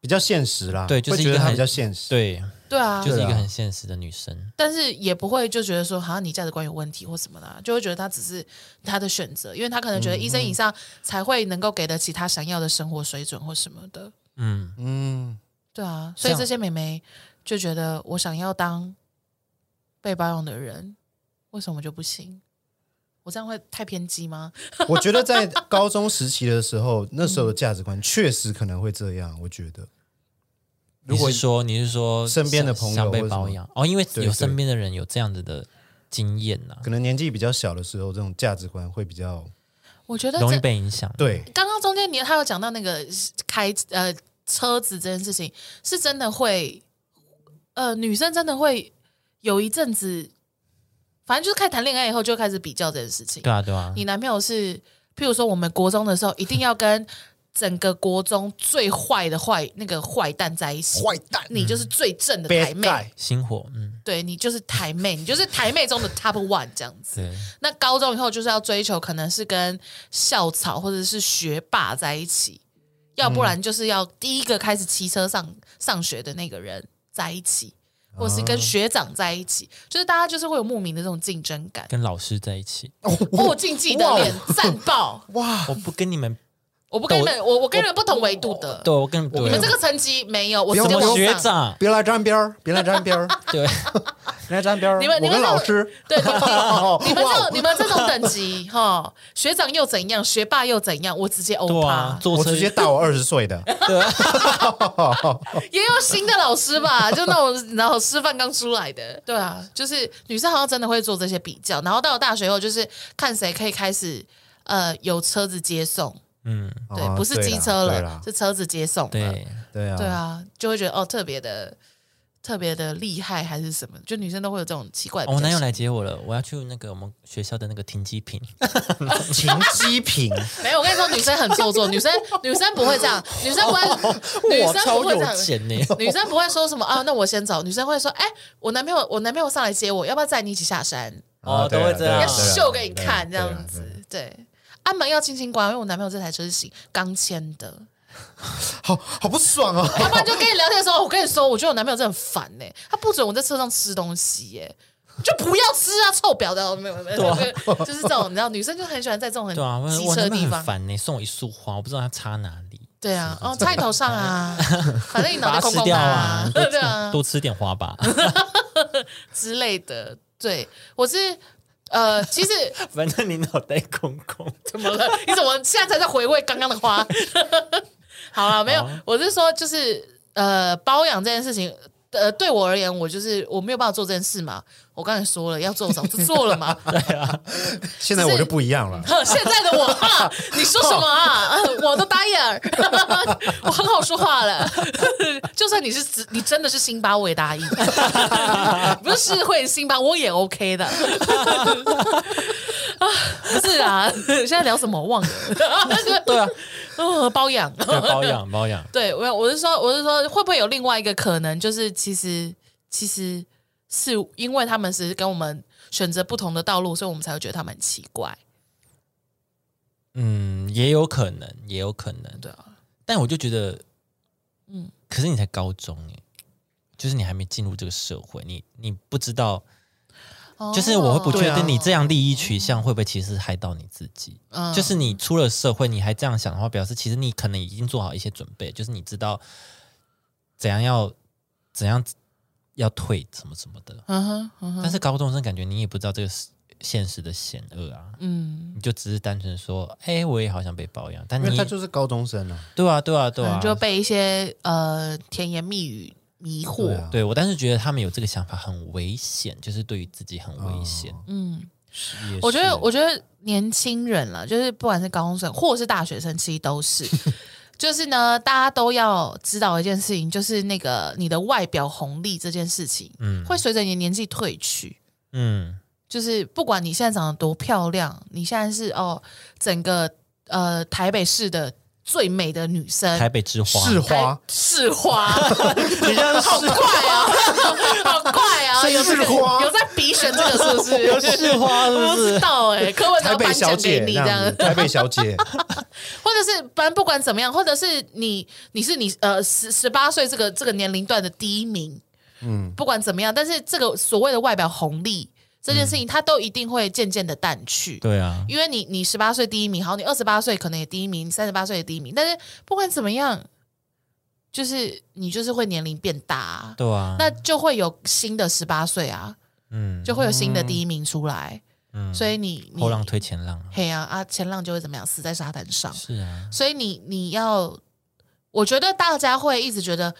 [SPEAKER 3] 比较现实啦，
[SPEAKER 1] 对就是
[SPEAKER 3] 会
[SPEAKER 1] 一个
[SPEAKER 3] 觉得他
[SPEAKER 1] 很
[SPEAKER 3] 比较现实，
[SPEAKER 1] 对，
[SPEAKER 2] 对啊，
[SPEAKER 1] 嗯就是一
[SPEAKER 3] 对
[SPEAKER 1] 个
[SPEAKER 3] 啊
[SPEAKER 1] 很现实的女生。
[SPEAKER 2] 但是也不会就觉得说，好像你价值观有问题或什么的啊、就会觉得他只是他的选择，因为他可
[SPEAKER 1] 嗯
[SPEAKER 2] 能觉得医生以上才会能够给得起他想要的生活水准或什么的。
[SPEAKER 1] 嗯，
[SPEAKER 3] 嗯，
[SPEAKER 2] 对啊，所以这些美眉就觉得我想要当被包养的人，为什么就不行？我这样会太偏激吗？
[SPEAKER 3] 我觉得在高中时期的时候，那时候的
[SPEAKER 1] 嗯
[SPEAKER 3] 价值观确实可能会这样，我觉得
[SPEAKER 1] 如果说你是说
[SPEAKER 3] 身边的
[SPEAKER 1] 想
[SPEAKER 3] 朋友
[SPEAKER 1] 想被
[SPEAKER 3] 或者什么
[SPEAKER 1] 包养哦，因为
[SPEAKER 3] 对
[SPEAKER 1] 有
[SPEAKER 3] 对
[SPEAKER 1] 身边的人有这样子的经验呐、
[SPEAKER 3] 可能年纪比较小的时候，这种价值观会比较
[SPEAKER 2] 我觉得
[SPEAKER 1] 容易
[SPEAKER 2] 这
[SPEAKER 1] 被影响。
[SPEAKER 3] 对，
[SPEAKER 2] 刚刚中间你他有讲到那个开呃车子这件事情，是真的会呃女生真的会有一阵子，反正就是开始谈恋爱以后就开始比较这件事情。
[SPEAKER 1] 对啊，对啊，
[SPEAKER 2] 你男朋友是，譬如说我们国中的时候，一定要跟整个国中最坏的坏那个坏蛋在一起，坏蛋，你就是最正的台
[SPEAKER 3] bad
[SPEAKER 2] 妹，
[SPEAKER 3] guy，
[SPEAKER 1] 星火，嗯，
[SPEAKER 2] 对你就是台妹，你就是台妹中的 top one 这样子。
[SPEAKER 1] 对，
[SPEAKER 2] 那高中以后就是要追求，可能是跟校草或者是学霸在一起，要不然就是要第一个开始骑车上上学的那个人在一起，或是跟学长在一起，就是大家就是会有莫名的这种竞争感。
[SPEAKER 1] 跟老师在一起，
[SPEAKER 3] 啊
[SPEAKER 1] 哦
[SPEAKER 2] 哦，竞技的脸赞爆！
[SPEAKER 1] 我不跟你们，
[SPEAKER 2] 我不跟你们，我我跟你们不同维度的。
[SPEAKER 1] 对我跟
[SPEAKER 2] 你
[SPEAKER 1] 对
[SPEAKER 2] 们这个成绩没有，我直
[SPEAKER 1] 什
[SPEAKER 2] 接
[SPEAKER 1] 么
[SPEAKER 2] 往
[SPEAKER 1] 学
[SPEAKER 2] 上。
[SPEAKER 1] 长，
[SPEAKER 3] 别来沾边儿，别来沾边
[SPEAKER 2] *laughs*
[SPEAKER 3] 儿，
[SPEAKER 1] 对。
[SPEAKER 3] 别来沾边儿。
[SPEAKER 2] 你们你
[SPEAKER 3] 我
[SPEAKER 2] 们
[SPEAKER 3] 跟
[SPEAKER 2] 这种
[SPEAKER 3] 老师，
[SPEAKER 2] 对，你
[SPEAKER 3] 哦
[SPEAKER 2] 你们这
[SPEAKER 3] 哇
[SPEAKER 2] 种你们这种等级哈，学长又怎样，学霸又怎样，我直接欧
[SPEAKER 1] 对啊
[SPEAKER 2] 趴，。
[SPEAKER 1] 坐
[SPEAKER 3] 我
[SPEAKER 1] 车
[SPEAKER 3] 直接大我二十岁的，
[SPEAKER 2] 也有新的老师吧，就那种然后师范刚出来的，对啊，就是女生好像真的会做这些比较，然后到了大学后就是看谁可以开始呃有车子接送，
[SPEAKER 1] 嗯，
[SPEAKER 2] *laughs* 对，
[SPEAKER 3] 哦
[SPEAKER 2] 不是机
[SPEAKER 3] 啦
[SPEAKER 2] 车
[SPEAKER 3] 对
[SPEAKER 2] 了
[SPEAKER 3] 啦，
[SPEAKER 2] 是车子接送了，
[SPEAKER 1] 对，
[SPEAKER 3] 对啊，
[SPEAKER 2] 对，啊，就会觉得哦特别的特别的厉害还是什么，就女生都会有这种奇怪的
[SPEAKER 1] 哦
[SPEAKER 2] 比
[SPEAKER 1] 我
[SPEAKER 2] 较
[SPEAKER 1] 男友
[SPEAKER 2] 心。
[SPEAKER 1] 来接我了，我要去那个我们学校的那个停机
[SPEAKER 2] *laughs*
[SPEAKER 1] 坪。
[SPEAKER 3] 停机坪，
[SPEAKER 2] 没有，我跟你说，女生很做
[SPEAKER 3] *laughs*
[SPEAKER 2] 作，女生女生不会这样，女生不会，
[SPEAKER 3] 哦
[SPEAKER 2] 女
[SPEAKER 1] 哇
[SPEAKER 2] 生不会这样。
[SPEAKER 1] 钱呢！
[SPEAKER 2] *laughs* 女生不会说什么啊，那我先走。女生会说，哎、我男朋友，我男朋友上来接我，要不要载你一起下山？
[SPEAKER 1] 哦都会这样
[SPEAKER 2] 要
[SPEAKER 1] 啊
[SPEAKER 2] 秀给你看，这样。
[SPEAKER 3] 对啊对啊对啊对啊对啊
[SPEAKER 2] 子。对，安门要轻轻关，因为我男朋友这台车是新刚签的，
[SPEAKER 3] 好好不爽哦。
[SPEAKER 2] 要 *laughs* 不然就跟你聊天的时候，我跟你说，我觉得我男朋友真的很烦呢、他不准我在车上吃东西耶、就不要吃啊，臭婊的，没有没有，没有
[SPEAKER 3] 啊
[SPEAKER 2] 就是这种，你知道，女生就很喜欢在这种很
[SPEAKER 1] 对啊，我
[SPEAKER 2] 机
[SPEAKER 1] 我
[SPEAKER 2] 车
[SPEAKER 1] 男
[SPEAKER 2] 的
[SPEAKER 1] 朋
[SPEAKER 2] 地
[SPEAKER 1] 友
[SPEAKER 2] 方
[SPEAKER 1] 很，烦呢、送我一束花，我不知道它插哪里，
[SPEAKER 2] 对啊，哦，插你头
[SPEAKER 1] *laughs*
[SPEAKER 2] 上啊，反正你脑
[SPEAKER 1] 把它
[SPEAKER 2] 袋空
[SPEAKER 1] 吃
[SPEAKER 2] 空的、
[SPEAKER 1] 掉啊，
[SPEAKER 2] *laughs*
[SPEAKER 1] 多
[SPEAKER 2] 对啊，
[SPEAKER 1] 多吃点花
[SPEAKER 2] *laughs*
[SPEAKER 1] 吧。
[SPEAKER 2] 之类的，对我是呃，其
[SPEAKER 1] *laughs*
[SPEAKER 2] 实
[SPEAKER 1] 反正你脑袋空
[SPEAKER 2] *laughs*
[SPEAKER 1] 空，
[SPEAKER 2] 怎么了？你怎么现在才在回味刚刚的话？ *laughs* 好了，没
[SPEAKER 1] 哦
[SPEAKER 2] 有，我是说，就是呃，包养这件事情，呃，对我而言，我就是我没有办法做这件事嘛。我刚才说了要做，早就做了嘛。
[SPEAKER 3] 现在我就不一样了，
[SPEAKER 2] *laughs* 现在
[SPEAKER 1] *laughs*
[SPEAKER 2] 的我啊，你说什
[SPEAKER 1] 哦
[SPEAKER 2] 么啊？我都打眼儿，我很好说话了。 *laughs* 就算你是只你真的是辛巴，我也
[SPEAKER 1] *laughs*
[SPEAKER 2] 答应。不是社会辛巴，我也 OK
[SPEAKER 1] *laughs*
[SPEAKER 2] 的。啊，不是啊，现在聊什么忘了？
[SPEAKER 1] *laughs* 对
[SPEAKER 2] *laughs*
[SPEAKER 1] 啊，
[SPEAKER 2] 嗯，包养。
[SPEAKER 1] 对包养包养，
[SPEAKER 2] 对，我我是说，我是说，会不会有另外一个可能，就是其实其实是因为他们是跟我们选择不同的道路，所以我们才会觉得他们很奇怪。
[SPEAKER 1] 嗯，也有可能，也有可能，
[SPEAKER 2] 对啊，
[SPEAKER 1] 但我就觉得，嗯，可是你才高中哎、就是你还没进入这个社会，你你不知道，
[SPEAKER 2] 哦
[SPEAKER 1] 就是我会不确
[SPEAKER 3] 对啊
[SPEAKER 1] 定你这样利益取向会不会其实害到你自己。
[SPEAKER 2] 嗯
[SPEAKER 1] 就是你出了社会，你还这样想的话，表示其实你可能已经做好一些准备，就是你知道怎样要怎样要退什么什么的。
[SPEAKER 2] 嗯哼嗯哼
[SPEAKER 1] 但是高中生感觉你也不知道这个是现实的险恶啊，
[SPEAKER 2] 嗯，
[SPEAKER 1] 你就只是单纯说，哎、我也好想被包养，但
[SPEAKER 3] 因
[SPEAKER 1] 你
[SPEAKER 3] 为他就是高中生啊。
[SPEAKER 1] 对啊，对啊，对
[SPEAKER 2] 可
[SPEAKER 1] 啊
[SPEAKER 2] 嗯能，就被一些呃甜言蜜语迷惑。
[SPEAKER 3] 对啊
[SPEAKER 1] 对我，但是觉得他们有这个想法很危险，就是对于自己很危险。
[SPEAKER 2] 嗯，
[SPEAKER 3] 也是
[SPEAKER 2] 我觉得我觉得年轻人了，就是不管是高中生或者是大学生，其实
[SPEAKER 1] *laughs*
[SPEAKER 2] 都是。就是呢，大家都要知道一件事情，就是那个你的外表红利这件事情，
[SPEAKER 1] 嗯
[SPEAKER 2] 会随着你的年纪退去。
[SPEAKER 1] 嗯，
[SPEAKER 2] 就是不管你现在长得多漂亮，你现在是哦，整个呃台北市的最美的女生，
[SPEAKER 1] 台北之花，
[SPEAKER 3] 是花，
[SPEAKER 1] *laughs*
[SPEAKER 2] 市花，
[SPEAKER 3] 你
[SPEAKER 2] *laughs*
[SPEAKER 3] 像是
[SPEAKER 2] 怪啊，
[SPEAKER 3] *laughs*
[SPEAKER 2] 好怪啊，
[SPEAKER 3] 是
[SPEAKER 2] 有这个
[SPEAKER 3] 市花
[SPEAKER 2] 有在比选这个是不
[SPEAKER 3] *laughs*
[SPEAKER 2] 是？有
[SPEAKER 1] 是 *laughs* 花是
[SPEAKER 2] 我
[SPEAKER 1] 不
[SPEAKER 2] 不知
[SPEAKER 1] 是？
[SPEAKER 2] 道哎、柯文
[SPEAKER 3] 台
[SPEAKER 2] 哲
[SPEAKER 3] 北
[SPEAKER 2] 颁
[SPEAKER 3] 小
[SPEAKER 2] 奖给
[SPEAKER 3] 姐
[SPEAKER 2] 你这
[SPEAKER 3] 那
[SPEAKER 2] 样
[SPEAKER 3] 样子，，台北小姐，
[SPEAKER 2] 或者是反正不管怎么样，或者是你你是你呃十十八岁这个这个年龄段的第一名，嗯，不管怎么样，但是这个所谓的外表红利这件
[SPEAKER 3] 嗯
[SPEAKER 2] 事情，它都一定会渐渐的淡去，
[SPEAKER 1] 对啊，
[SPEAKER 2] 因为你你十八岁第一名，好，你二十八岁可能也第一名，三十八岁也第一名，但是不管怎么样，就是你就是会年龄变大啊、
[SPEAKER 1] 对啊，
[SPEAKER 2] 那就会有新的十八岁啊，
[SPEAKER 1] 嗯，
[SPEAKER 2] 就会有新的第一名出来，
[SPEAKER 1] 嗯
[SPEAKER 2] 所以你你
[SPEAKER 1] 后浪推前浪啊，
[SPEAKER 2] 嘿啊啊前浪就会怎么样，死在沙滩上，
[SPEAKER 1] 是啊，
[SPEAKER 2] 所以你你要，我觉得大家会一直觉得。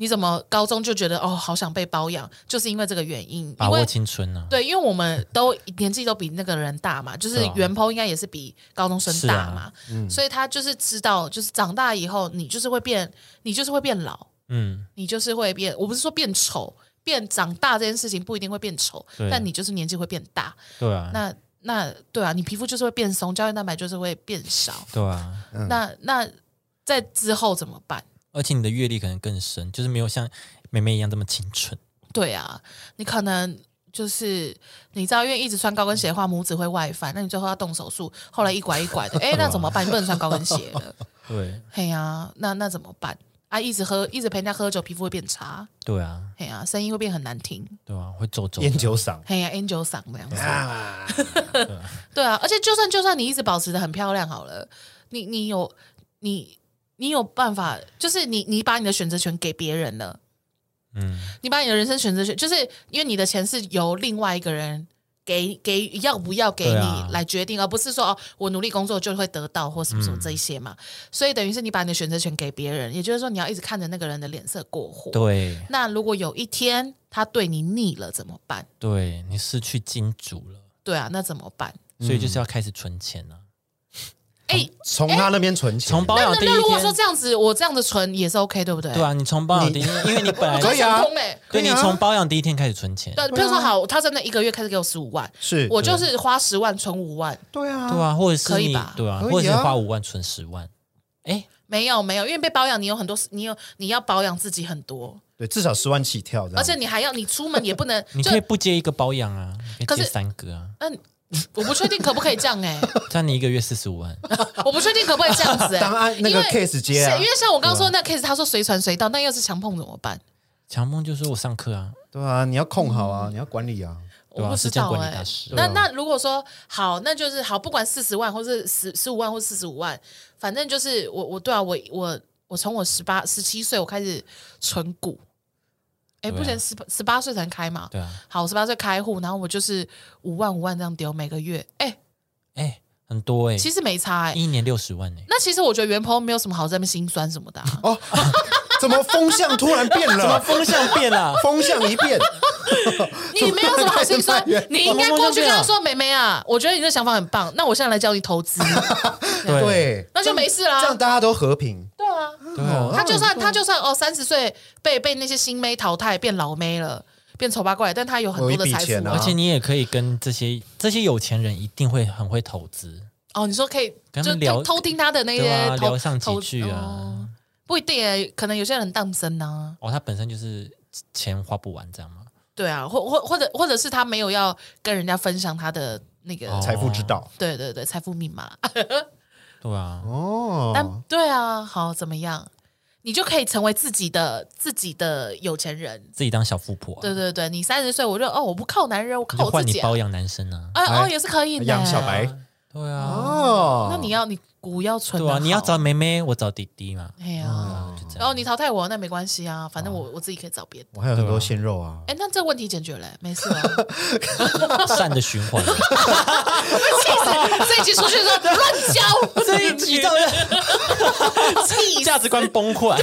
[SPEAKER 2] 你怎么高中就觉得哦，好想被包养，就是因为这个原因，
[SPEAKER 1] 把
[SPEAKER 2] 因为
[SPEAKER 1] 握青春啊，
[SPEAKER 2] 对，因为我们都年纪都比那个人大嘛，就是
[SPEAKER 1] 对啊
[SPEAKER 2] 袁鹏应该也是比高中生
[SPEAKER 1] 是
[SPEAKER 2] 大
[SPEAKER 1] 啊
[SPEAKER 2] 嘛，所以他就是知道，就是长大以后你就是会变，你就是会变老，
[SPEAKER 1] 嗯，
[SPEAKER 2] 你就是会变，我不是说变丑，变长大这件事情不一定会变丑，
[SPEAKER 1] 对
[SPEAKER 2] 但你就是年纪会变大，
[SPEAKER 1] 对啊，
[SPEAKER 2] 那那对啊，你皮肤就是会变松，胶原蛋白就是会变少，
[SPEAKER 1] 对啊，
[SPEAKER 2] 那那在之后怎么办？
[SPEAKER 1] 而且你的阅历可能更深，就是没有像妹妹一样这么清纯。
[SPEAKER 2] 对啊，你可能就是你知道，因为一直穿高跟鞋的话，拇指会外翻，那你最后要动手术，后来一拐一拐的，哎，那怎么办？你不能穿高跟鞋了，
[SPEAKER 1] 对，
[SPEAKER 2] 嘿呀、那那怎么办？啊，一直喝，一直陪人家喝酒，皮肤会变差，
[SPEAKER 1] 对啊，
[SPEAKER 2] 嘿呀、声音会变很难听，
[SPEAKER 1] 对啊，会皱皱的。
[SPEAKER 3] 烟酒嗓
[SPEAKER 2] 嘿呀、a n g e l 嗓那样子，
[SPEAKER 3] 啊，
[SPEAKER 2] 对啊，而且就算就算你一直保持的很漂亮好了，你你有你你有办法，就是你你把你的选择权给别人了，
[SPEAKER 1] 嗯，
[SPEAKER 2] 你把你的人生选择权，就是因为你的钱是由另外一个人给给要不要给
[SPEAKER 1] 对
[SPEAKER 2] 你
[SPEAKER 1] 啊
[SPEAKER 2] 来决定，而不是说哦，我努力工作就会得到或什么什
[SPEAKER 1] 嗯
[SPEAKER 2] 么这一些嘛。所以等于是你把你的选择权给别人，也就是说你要一直看着那个人的脸色过活。
[SPEAKER 1] 对
[SPEAKER 2] 那如果有一天他对你腻了怎么办？
[SPEAKER 1] 对，你失去金主了，
[SPEAKER 2] 对啊，那怎么办？
[SPEAKER 1] 所以就是要开始存钱啊。
[SPEAKER 2] 哎、
[SPEAKER 3] 从他那边存钱，
[SPEAKER 1] 从包养第一
[SPEAKER 2] 那如果说
[SPEAKER 1] 天，
[SPEAKER 2] 这样子，我这样子存也是 OK，对不对？
[SPEAKER 1] 对啊，你从包
[SPEAKER 2] *laughs*
[SPEAKER 1] 养第一天，因为你本来
[SPEAKER 3] 可以啊
[SPEAKER 2] 想通哎、
[SPEAKER 1] 对你
[SPEAKER 3] 可以啊
[SPEAKER 1] 从包养第一天开始存钱，
[SPEAKER 2] 对，比啊如说好，他真的一个月开始给我十五万，
[SPEAKER 3] 是
[SPEAKER 2] 我就是花十万存五万，
[SPEAKER 3] 对啊，
[SPEAKER 1] 对啊，或者是
[SPEAKER 2] 可以
[SPEAKER 1] 你
[SPEAKER 2] 吧
[SPEAKER 1] 对啊，
[SPEAKER 3] 可以啊
[SPEAKER 1] 或者是花五万存十万，哎，
[SPEAKER 2] 没有没有，因为被保养，你有很多，你有你要保养自己很多，
[SPEAKER 3] 对，至少十万起跳这样， *laughs*
[SPEAKER 2] 而且你还要你出门也不能
[SPEAKER 1] 你
[SPEAKER 2] 就
[SPEAKER 1] 可以不接一个包养啊，你可
[SPEAKER 2] 可
[SPEAKER 1] 以接
[SPEAKER 2] 是
[SPEAKER 1] 三个啊，
[SPEAKER 2] 那你我不确定可不可以这样哎、
[SPEAKER 1] 这样你一个月四十五万，
[SPEAKER 2] 我不确定可不可以这样子哎、
[SPEAKER 3] *laughs* 当案那个
[SPEAKER 2] 因为
[SPEAKER 3] case 接啊
[SPEAKER 2] 是因为像我刚刚说的那 case，他说随传随到，那要是强碰怎么办？
[SPEAKER 1] 强梦就说我上课啊，
[SPEAKER 3] 对啊，你要控好啊，你要管理啊。
[SPEAKER 1] 对
[SPEAKER 2] 我
[SPEAKER 1] 啊
[SPEAKER 2] 不知
[SPEAKER 1] 时间
[SPEAKER 2] 道
[SPEAKER 1] 管理
[SPEAKER 2] 哎、
[SPEAKER 1] 大师
[SPEAKER 2] 那
[SPEAKER 3] 对啊，
[SPEAKER 2] 那如果说好，那就是好，不管四十万或是十十五万或四十五万，反正就是我我对啊，我我我从我十八十七岁我开始存股，
[SPEAKER 1] 对
[SPEAKER 2] 哎、
[SPEAKER 1] 啊
[SPEAKER 2] 不行，十十八岁才能开嘛。
[SPEAKER 1] 对啊，
[SPEAKER 2] 好，我十八岁开户，然后我就是五万五万这样丢每个月，哎、
[SPEAKER 1] 哎、很多哎、
[SPEAKER 2] 其实没差哎、
[SPEAKER 1] 一年六十万哎、
[SPEAKER 2] 那其实我觉得原朋友没有什么好在那边心酸什么的、
[SPEAKER 1] *laughs*
[SPEAKER 2] 啊
[SPEAKER 3] 哦，怎么风向突然变了？，
[SPEAKER 1] 风向变啊了
[SPEAKER 3] 风向一变，
[SPEAKER 2] 你没有什么好心
[SPEAKER 1] *laughs*
[SPEAKER 2] 酸
[SPEAKER 3] 怎么会，
[SPEAKER 2] 你应该过去跟他说：“妹妹啊，我觉得你这想法很棒，那我现在来教你投资。
[SPEAKER 1] *laughs* 对啊
[SPEAKER 3] 对，
[SPEAKER 2] 那就没事啦
[SPEAKER 3] 这样大家都和平”。
[SPEAKER 2] 对啊，
[SPEAKER 1] *laughs* 对啊，
[SPEAKER 2] 他就算他就算哦，三十岁被被那些新妹淘汰，变老妹了，变丑八怪，但他有很多的财
[SPEAKER 3] 我有一笔钱
[SPEAKER 2] 富
[SPEAKER 3] 啊
[SPEAKER 1] 而
[SPEAKER 2] 啊。
[SPEAKER 1] 且你也可以跟这些这些有钱人一定会很会投资，
[SPEAKER 2] 哦，你说可以
[SPEAKER 1] 跟他
[SPEAKER 2] 就
[SPEAKER 1] 们聊
[SPEAKER 2] 就偷听他的那
[SPEAKER 1] 对啊
[SPEAKER 2] 些投
[SPEAKER 1] 聊上几
[SPEAKER 2] 投
[SPEAKER 1] 句啊
[SPEAKER 2] 哦不一定欸，可能有些人当真呐。
[SPEAKER 1] 哦，他本身就是钱花不完，这样吗？
[SPEAKER 2] 对啊，或或或者或者是他没有要跟人家分享他的那个，
[SPEAKER 1] 哦
[SPEAKER 3] 财富之道
[SPEAKER 2] 对对对，财富密码。啊
[SPEAKER 1] 对啊，
[SPEAKER 3] 哦，
[SPEAKER 2] 但对啊，好怎么样，你就可以成为自己的自己的有钱人。
[SPEAKER 1] 自己当小富婆、啊，
[SPEAKER 2] 对对对，你三十岁，我就哦，我不靠男人，我
[SPEAKER 1] 你
[SPEAKER 2] 靠
[SPEAKER 1] 就
[SPEAKER 2] 我
[SPEAKER 1] 换
[SPEAKER 2] 自
[SPEAKER 1] 你
[SPEAKER 2] 己、啊
[SPEAKER 1] 包。养男生啊，
[SPEAKER 2] 哎哦，
[SPEAKER 3] 哎
[SPEAKER 2] 也是可以的。
[SPEAKER 3] 养小白
[SPEAKER 1] 对啊，
[SPEAKER 3] 哦，
[SPEAKER 2] 那你要你股要存得
[SPEAKER 1] 对
[SPEAKER 2] 好，
[SPEAKER 1] 啊，你要找嗯妹妹，我找弟弟嘛，啊
[SPEAKER 2] 哎呀，
[SPEAKER 1] 就这
[SPEAKER 2] 然
[SPEAKER 1] 样。
[SPEAKER 2] 后你淘汰我，那没关系啊，反正我我自己可以找别的。
[SPEAKER 3] 我还有很多鲜肉啊，
[SPEAKER 2] 哎，那这问题解决了、没事啊了。
[SPEAKER 1] 善的循环，啊
[SPEAKER 2] 这一集出去说乱
[SPEAKER 1] *laughs*
[SPEAKER 2] 教，
[SPEAKER 1] 这一集到底
[SPEAKER 2] 气
[SPEAKER 1] *laughs*
[SPEAKER 2] 死
[SPEAKER 1] 价值观崩溃，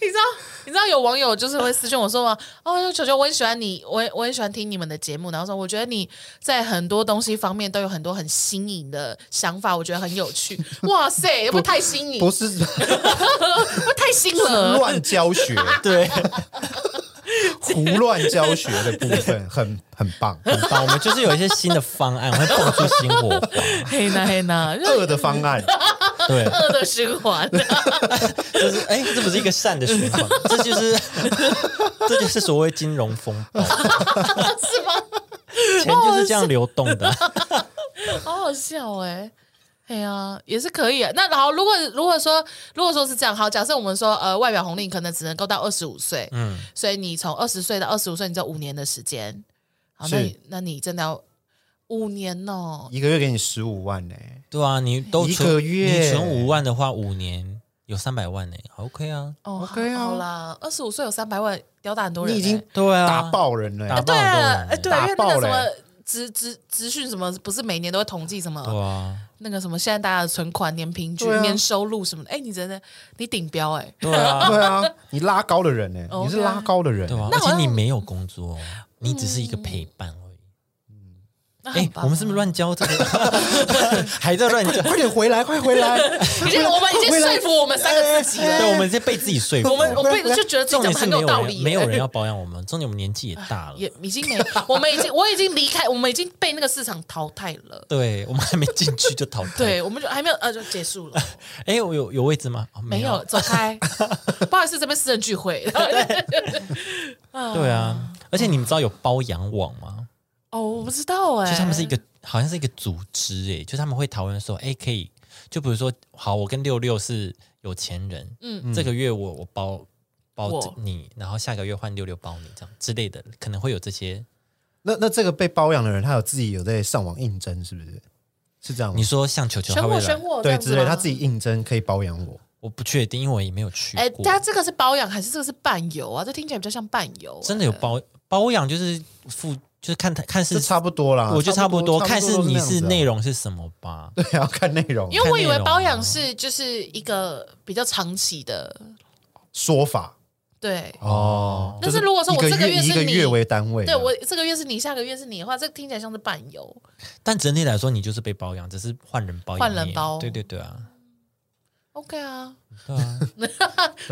[SPEAKER 2] 你知道，你知道有网友就是会私信我说吗？哦，球球，我很喜欢你，我我很喜欢听你们的节目，然后说我觉得你在很多东西方面都有很多很新颖的想法，我觉得很有趣。哇塞，会不会太新颖？
[SPEAKER 3] 不
[SPEAKER 2] 会 *laughs*
[SPEAKER 3] 是
[SPEAKER 2] 不会太新了？
[SPEAKER 3] 乱教
[SPEAKER 2] *laughs*
[SPEAKER 3] 学，
[SPEAKER 1] 对，
[SPEAKER 3] 胡乱教学的部分很很棒，
[SPEAKER 1] 很棒。我们就是有一些新的方案，会蹦出新火花。
[SPEAKER 2] 嘿呐嘿呐，就是 *laughs*
[SPEAKER 3] 恶的方案，
[SPEAKER 1] *laughs* 对，
[SPEAKER 2] 恶的循环。
[SPEAKER 1] 就是哎，这不是一个善的循
[SPEAKER 2] *laughs*
[SPEAKER 1] 环，这就是这就是所谓金融风
[SPEAKER 2] *laughs*
[SPEAKER 1] 暴，是吗？钱就是这样流动的，
[SPEAKER 2] 好好笑哎、哎呀、也是可以、啊。那好，如果如果说如果说是这样，好，假设我们说呃，外表红利可能只能够到二十五岁， *laughs* 嗯，所以你从二十岁到二十五岁，你只有五年的时间。好，那
[SPEAKER 3] 是
[SPEAKER 2] 你那你真的要五年哦，
[SPEAKER 3] 一个月给你十五万呢、
[SPEAKER 1] 对啊，你都
[SPEAKER 3] 一
[SPEAKER 1] 存
[SPEAKER 3] 个月
[SPEAKER 1] 你存五万的话，五年有三百万呢，OK 啊，
[SPEAKER 2] 哦
[SPEAKER 3] OK 啊
[SPEAKER 2] 好好啦，二十五岁有三百万，吊打很多人、
[SPEAKER 3] 你已经
[SPEAKER 2] 欸
[SPEAKER 1] 对啊，
[SPEAKER 3] 打爆人了、
[SPEAKER 1] 打
[SPEAKER 2] 对啊，
[SPEAKER 1] 很多人欸
[SPEAKER 2] 哎对，因为那
[SPEAKER 3] 打
[SPEAKER 2] 个
[SPEAKER 3] 爆
[SPEAKER 2] 什
[SPEAKER 3] 嘞
[SPEAKER 2] 么职职职讯什么，不是每年都会统计什么、
[SPEAKER 1] 对啊，
[SPEAKER 2] 那个什么，现在大家的存款年平均、
[SPEAKER 3] 哦对啊
[SPEAKER 2] 年收入什么的，哎，你真的你顶标哎、 *laughs*
[SPEAKER 1] 对啊，
[SPEAKER 3] 对啊，你拉高的人呢、
[SPEAKER 2] OK
[SPEAKER 3] 你是拉高的人、
[SPEAKER 1] 对啊，
[SPEAKER 2] 那
[SPEAKER 1] 而
[SPEAKER 2] 好
[SPEAKER 1] 且
[SPEAKER 2] 像
[SPEAKER 1] 你没有工作，哦你只是一个陪伴而已。
[SPEAKER 2] 那很
[SPEAKER 1] 哎，
[SPEAKER 2] 棒啊
[SPEAKER 1] 我们是不是乱教这个？ *laughs* 还在乱
[SPEAKER 2] *laughs*
[SPEAKER 1] 教？
[SPEAKER 3] 快点回来，快回来！ *laughs*
[SPEAKER 2] 已经我们已经说服我们三个自己了。
[SPEAKER 1] 对，我们是被自己说服。哦
[SPEAKER 2] 我们我
[SPEAKER 3] 不
[SPEAKER 2] 们
[SPEAKER 3] 然不然
[SPEAKER 2] 就觉得自
[SPEAKER 1] 重
[SPEAKER 2] 己讲的
[SPEAKER 1] 点是
[SPEAKER 2] 很
[SPEAKER 1] 没
[SPEAKER 2] 有
[SPEAKER 1] 有
[SPEAKER 2] 道
[SPEAKER 1] 人
[SPEAKER 2] 理，
[SPEAKER 1] 没有人要保养我们，重点我们年纪也大了。
[SPEAKER 2] 也已经没，我们已经我已经离开，我们已经被那个市场淘汰了。
[SPEAKER 1] 对，我们
[SPEAKER 2] *laughs*
[SPEAKER 1] 还没进去就淘汰。
[SPEAKER 2] 对，我们就还没有呃，就结束
[SPEAKER 1] *laughs*
[SPEAKER 2] 了，
[SPEAKER 1] 哎，我有有位置吗？哦
[SPEAKER 2] 没有，走开，不好意思，这边私人
[SPEAKER 1] *laughs*
[SPEAKER 2] 聚会。
[SPEAKER 1] 对
[SPEAKER 2] 嗯
[SPEAKER 1] 啊，而且你们知道有包养网吗？
[SPEAKER 2] 哦，我不知道哎，
[SPEAKER 1] 就是他们是一个，好像是一个组织，哎，就是他们会讨论说，哎，可以，就比如说，好，我跟六六是有钱人，嗯，这个月我我包包
[SPEAKER 2] 我
[SPEAKER 1] 你，然后下个月换六六包你，这样之类的，可能会有这些。
[SPEAKER 3] 那那这个被包养的人，他有自己有在上网应征，是不是？是这样吗
[SPEAKER 1] 你？说像球球他
[SPEAKER 2] 选
[SPEAKER 1] 会来
[SPEAKER 2] 我选哦我，这
[SPEAKER 3] 对，
[SPEAKER 2] 样子
[SPEAKER 3] 之类，
[SPEAKER 2] 吗
[SPEAKER 3] 他自己。应征可以包养我，
[SPEAKER 1] 我不确定，因为我也没有去
[SPEAKER 2] 哎，
[SPEAKER 1] 过。
[SPEAKER 2] 他这个是包养还是这个是伴游啊？这听起来比较像伴游。啊
[SPEAKER 1] 真的有包包养，就是付，就是看他看
[SPEAKER 3] 这
[SPEAKER 1] 是，
[SPEAKER 3] 差不多啦。
[SPEAKER 1] 我觉得差不多，
[SPEAKER 3] 差
[SPEAKER 1] 看
[SPEAKER 3] 不
[SPEAKER 1] 是
[SPEAKER 3] 多
[SPEAKER 1] 你
[SPEAKER 3] 都
[SPEAKER 1] 是
[SPEAKER 3] 那
[SPEAKER 1] 内
[SPEAKER 3] 样子
[SPEAKER 1] 容是什么吧。
[SPEAKER 3] 啊， *laughs* 对，要看内容
[SPEAKER 2] 因为我以
[SPEAKER 1] 看内
[SPEAKER 2] 为
[SPEAKER 1] 容
[SPEAKER 2] 包养
[SPEAKER 1] 啊
[SPEAKER 2] 是就是一个比较长期的，
[SPEAKER 3] 说法
[SPEAKER 2] 对，
[SPEAKER 3] 哦。
[SPEAKER 2] 但是如果说我
[SPEAKER 3] 就是
[SPEAKER 2] 这个月是
[SPEAKER 3] 一个
[SPEAKER 2] 你
[SPEAKER 3] 月为单位啊，
[SPEAKER 2] 对我这个月是你，下个月是你的话，这听起来像是伴游。
[SPEAKER 1] 但整体来说，你就是被包养，只是换人包养而已，
[SPEAKER 2] 换人包
[SPEAKER 1] 对对对啊，
[SPEAKER 2] OK 啊，
[SPEAKER 1] 对啊，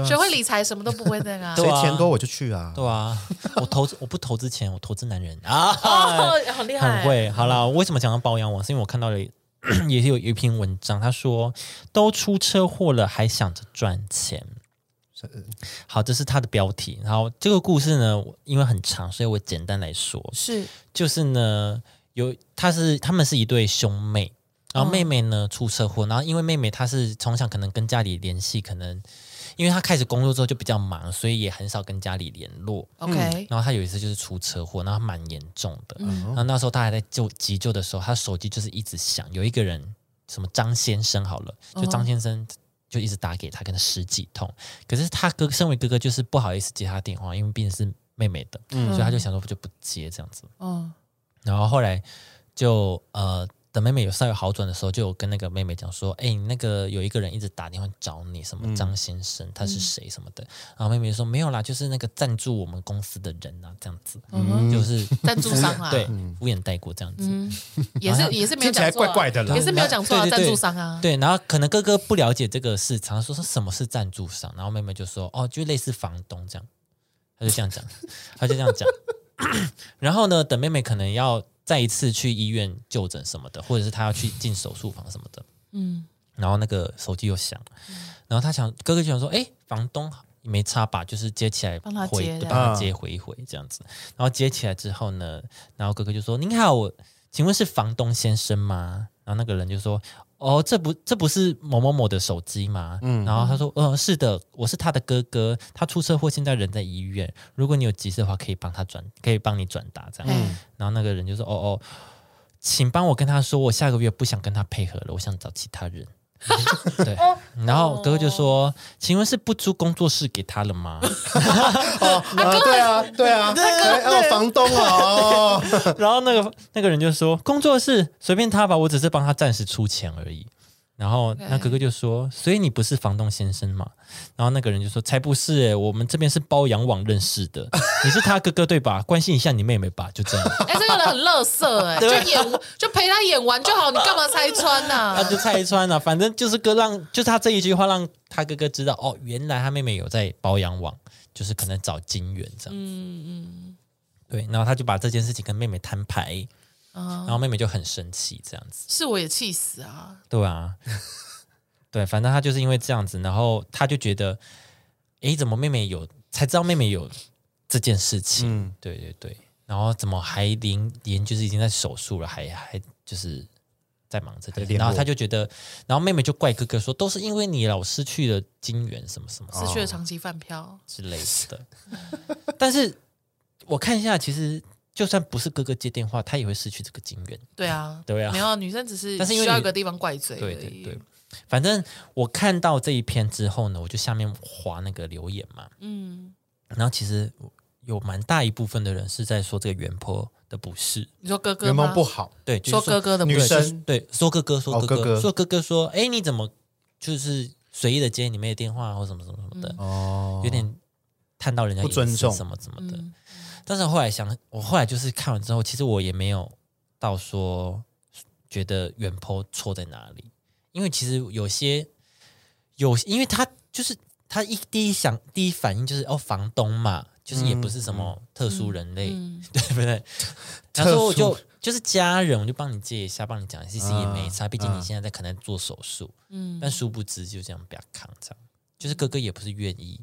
[SPEAKER 2] 学会理财什么都不会那个、
[SPEAKER 1] *laughs*
[SPEAKER 2] 啊。
[SPEAKER 1] 对
[SPEAKER 3] 谁
[SPEAKER 1] 啊
[SPEAKER 3] 钱多我就去啊。
[SPEAKER 1] 对
[SPEAKER 2] *laughs*
[SPEAKER 1] 啊。我投资我不投资钱，我投资男人啊，
[SPEAKER 2] 哦，好厉害，
[SPEAKER 1] *laughs* 很会。好啦，为什么讲到包养我？是因为我看到了 *clears throat* 也是有有一篇文章，他说都出车祸了还想着赚钱，好，这是它的标题。然后这个故事呢，我因为很长，所以我简单来说，
[SPEAKER 2] 是
[SPEAKER 1] 就是呢，有他是他们是一对兄妹，然后妹妹呢、出车祸，然后因为妹妹她是从小可能跟家里联系，可能因为她开始工作之后就比较忙，所以也很少跟家里联络。
[SPEAKER 2] 嗯 OK，
[SPEAKER 1] 然后她有一次就是出车祸，然后蛮严重的。然后那时候她还在救急救的时候，她手机就是一直响，有一个人什么张先生好了，就张先生就一直打给她，可能十几通。可是他哥身为哥哥就是不好意思接他电话，因为毕竟是妹妹的，所以他就想说就不接这样子。
[SPEAKER 2] 嗯
[SPEAKER 1] 然后后来就呃，等妹妹有稍微好转的时候，就有跟那个妹妹讲说，哎、那个有一个人一直打电话找你，什么张先生，他是谁什么的。然后妹妹就说没有啦，就是那个赞助我们公司的人啊，这样子，就是
[SPEAKER 2] 赞助商啊
[SPEAKER 1] 对，敷衍带过这样子。
[SPEAKER 2] 也是也是没有
[SPEAKER 3] 听起
[SPEAKER 2] 讲
[SPEAKER 3] 来
[SPEAKER 2] 错啊，
[SPEAKER 3] 怪怪的啦
[SPEAKER 2] 也。是没有讲错啊，
[SPEAKER 1] 对对
[SPEAKER 2] 赞
[SPEAKER 1] 对
[SPEAKER 2] 助商啊，
[SPEAKER 1] 对，然后可能哥哥不了解这个市场，说说什么是赞助商，然后妹妹就说哦，就类似房东这样，他就这样讲，他就这样讲。 *clears throat* 然后呢，等妹妹可能要再一次去医院就诊什么的，或者是她要去进手术房什么的，
[SPEAKER 2] 嗯，
[SPEAKER 1] 然后那个手机又响，然后他想哥哥就想说，哎，房东没插吧，就是接起来
[SPEAKER 2] 帮他
[SPEAKER 1] 回，
[SPEAKER 2] 接
[SPEAKER 1] 对
[SPEAKER 2] 这样
[SPEAKER 1] 帮他接回一回这样子。然后接起来之后呢，然后哥哥就说：“您好，我请问是房东先生吗？”然后那个人就说：“哦，这不这不是某某某的手机吗？”嗯，然后他说：“嗯、是的，我是他的哥哥，他出车祸，现在人在医院。如果你有急事的话，可以帮他转，可以帮你转达这样。
[SPEAKER 2] 嗯
[SPEAKER 1] 然后那个人就说：“哦哦，请帮我跟他说，我下个月不想跟他配合了，我想找其他人。” *laughs* 对，然后哥哥就说：“请问是不租工作室给他了吗？”
[SPEAKER 3] 哦，啊，对啊，对啊，哎哦，房东
[SPEAKER 2] *laughs*
[SPEAKER 3] 啊，哦，
[SPEAKER 1] 然后那个那个人就说：“工作室随便他吧，我只是帮他暂时出钱而已。”然后
[SPEAKER 2] OK
[SPEAKER 1] 那哥哥就说：“所以你不是房东先生嘛？”然后那个人就说：“才不是诶、我们这边是包养网认识的，你是他哥哥对吧？关心一下你妹妹吧，就这样。
[SPEAKER 2] 哎，这个人很乐色哎，就演就陪他演完就好，你干嘛拆穿”啊
[SPEAKER 1] 他
[SPEAKER 2] 呐？
[SPEAKER 1] 就拆穿了，反正就是哥让，就是他这一句话让他哥哥知道哦，原来他妹妹有在包养网，就是可能找金源这样。 *laughs* 嗯嗯，对，然后他就把这件事情跟妹妹摊牌，然后妹妹就很生气这样子。
[SPEAKER 2] 是我也气死啊！
[SPEAKER 1] 对啊， *laughs* 对，反正他就是因为这样子，然后他就觉得，诶，怎么妹妹有才知道妹妹有这件事情？
[SPEAKER 3] 嗯
[SPEAKER 1] 对对对，然后怎么还连连就是已经在手术了，还还就是在忙这
[SPEAKER 3] 还
[SPEAKER 1] 件事，
[SPEAKER 3] 联络
[SPEAKER 1] 然后他就觉得，然后妹妹就怪哥哥说，都是因为你老失去了金元什么什么
[SPEAKER 3] 哦
[SPEAKER 2] 失去了长期饭票，
[SPEAKER 1] 之类的，但是我看一下，其实就算不是哥哥接电话，他也会失去这个金元。
[SPEAKER 2] 对啊，
[SPEAKER 1] 对啊
[SPEAKER 2] 没有女生只是
[SPEAKER 1] 但是因为
[SPEAKER 2] 需要
[SPEAKER 1] 你
[SPEAKER 2] 一个地方怪罪，
[SPEAKER 1] 对对对，，反正我看到这一篇之后呢，我就下面划那个留言嘛，
[SPEAKER 2] 嗯，
[SPEAKER 1] 然后其实有蛮大一部分的人是在说这个原坡的不是，
[SPEAKER 2] 你说哥哥
[SPEAKER 3] 员
[SPEAKER 2] 吗
[SPEAKER 3] 工不好，
[SPEAKER 1] 对，就是
[SPEAKER 2] 说哥哥的不
[SPEAKER 3] 女
[SPEAKER 1] 对
[SPEAKER 2] 是
[SPEAKER 1] 就是
[SPEAKER 3] 生
[SPEAKER 1] 对，说哥哥说
[SPEAKER 3] 哦
[SPEAKER 1] 哥哥、
[SPEAKER 3] 哥哥
[SPEAKER 1] 说哥哥说，哎，你怎么就是随意的接你妹的电话啊或什么什么什么的，
[SPEAKER 3] 哦
[SPEAKER 1] 有点探到人家
[SPEAKER 3] 不尊
[SPEAKER 1] 隐私
[SPEAKER 3] 重
[SPEAKER 1] 什么什么的。
[SPEAKER 2] 嗯
[SPEAKER 1] 但是后来想，我后来就是看完之后，其实我也没有到说觉得原 po 错在哪里，因为其实有些有，因为他就是他一第一想第一反应就是哦房东嘛，就是也不是什么特殊人类，
[SPEAKER 2] 嗯，
[SPEAKER 1] 对不
[SPEAKER 3] *laughs*
[SPEAKER 1] 对？
[SPEAKER 3] 特殊
[SPEAKER 1] 然后我就就是家人，我就帮你借一下，帮你讲，其实也没差，
[SPEAKER 3] 啊
[SPEAKER 1] 毕竟你现在在可能做手术，
[SPEAKER 2] 嗯
[SPEAKER 1] 但殊不知就这样被他扛这样，就是哥哥也不是愿意，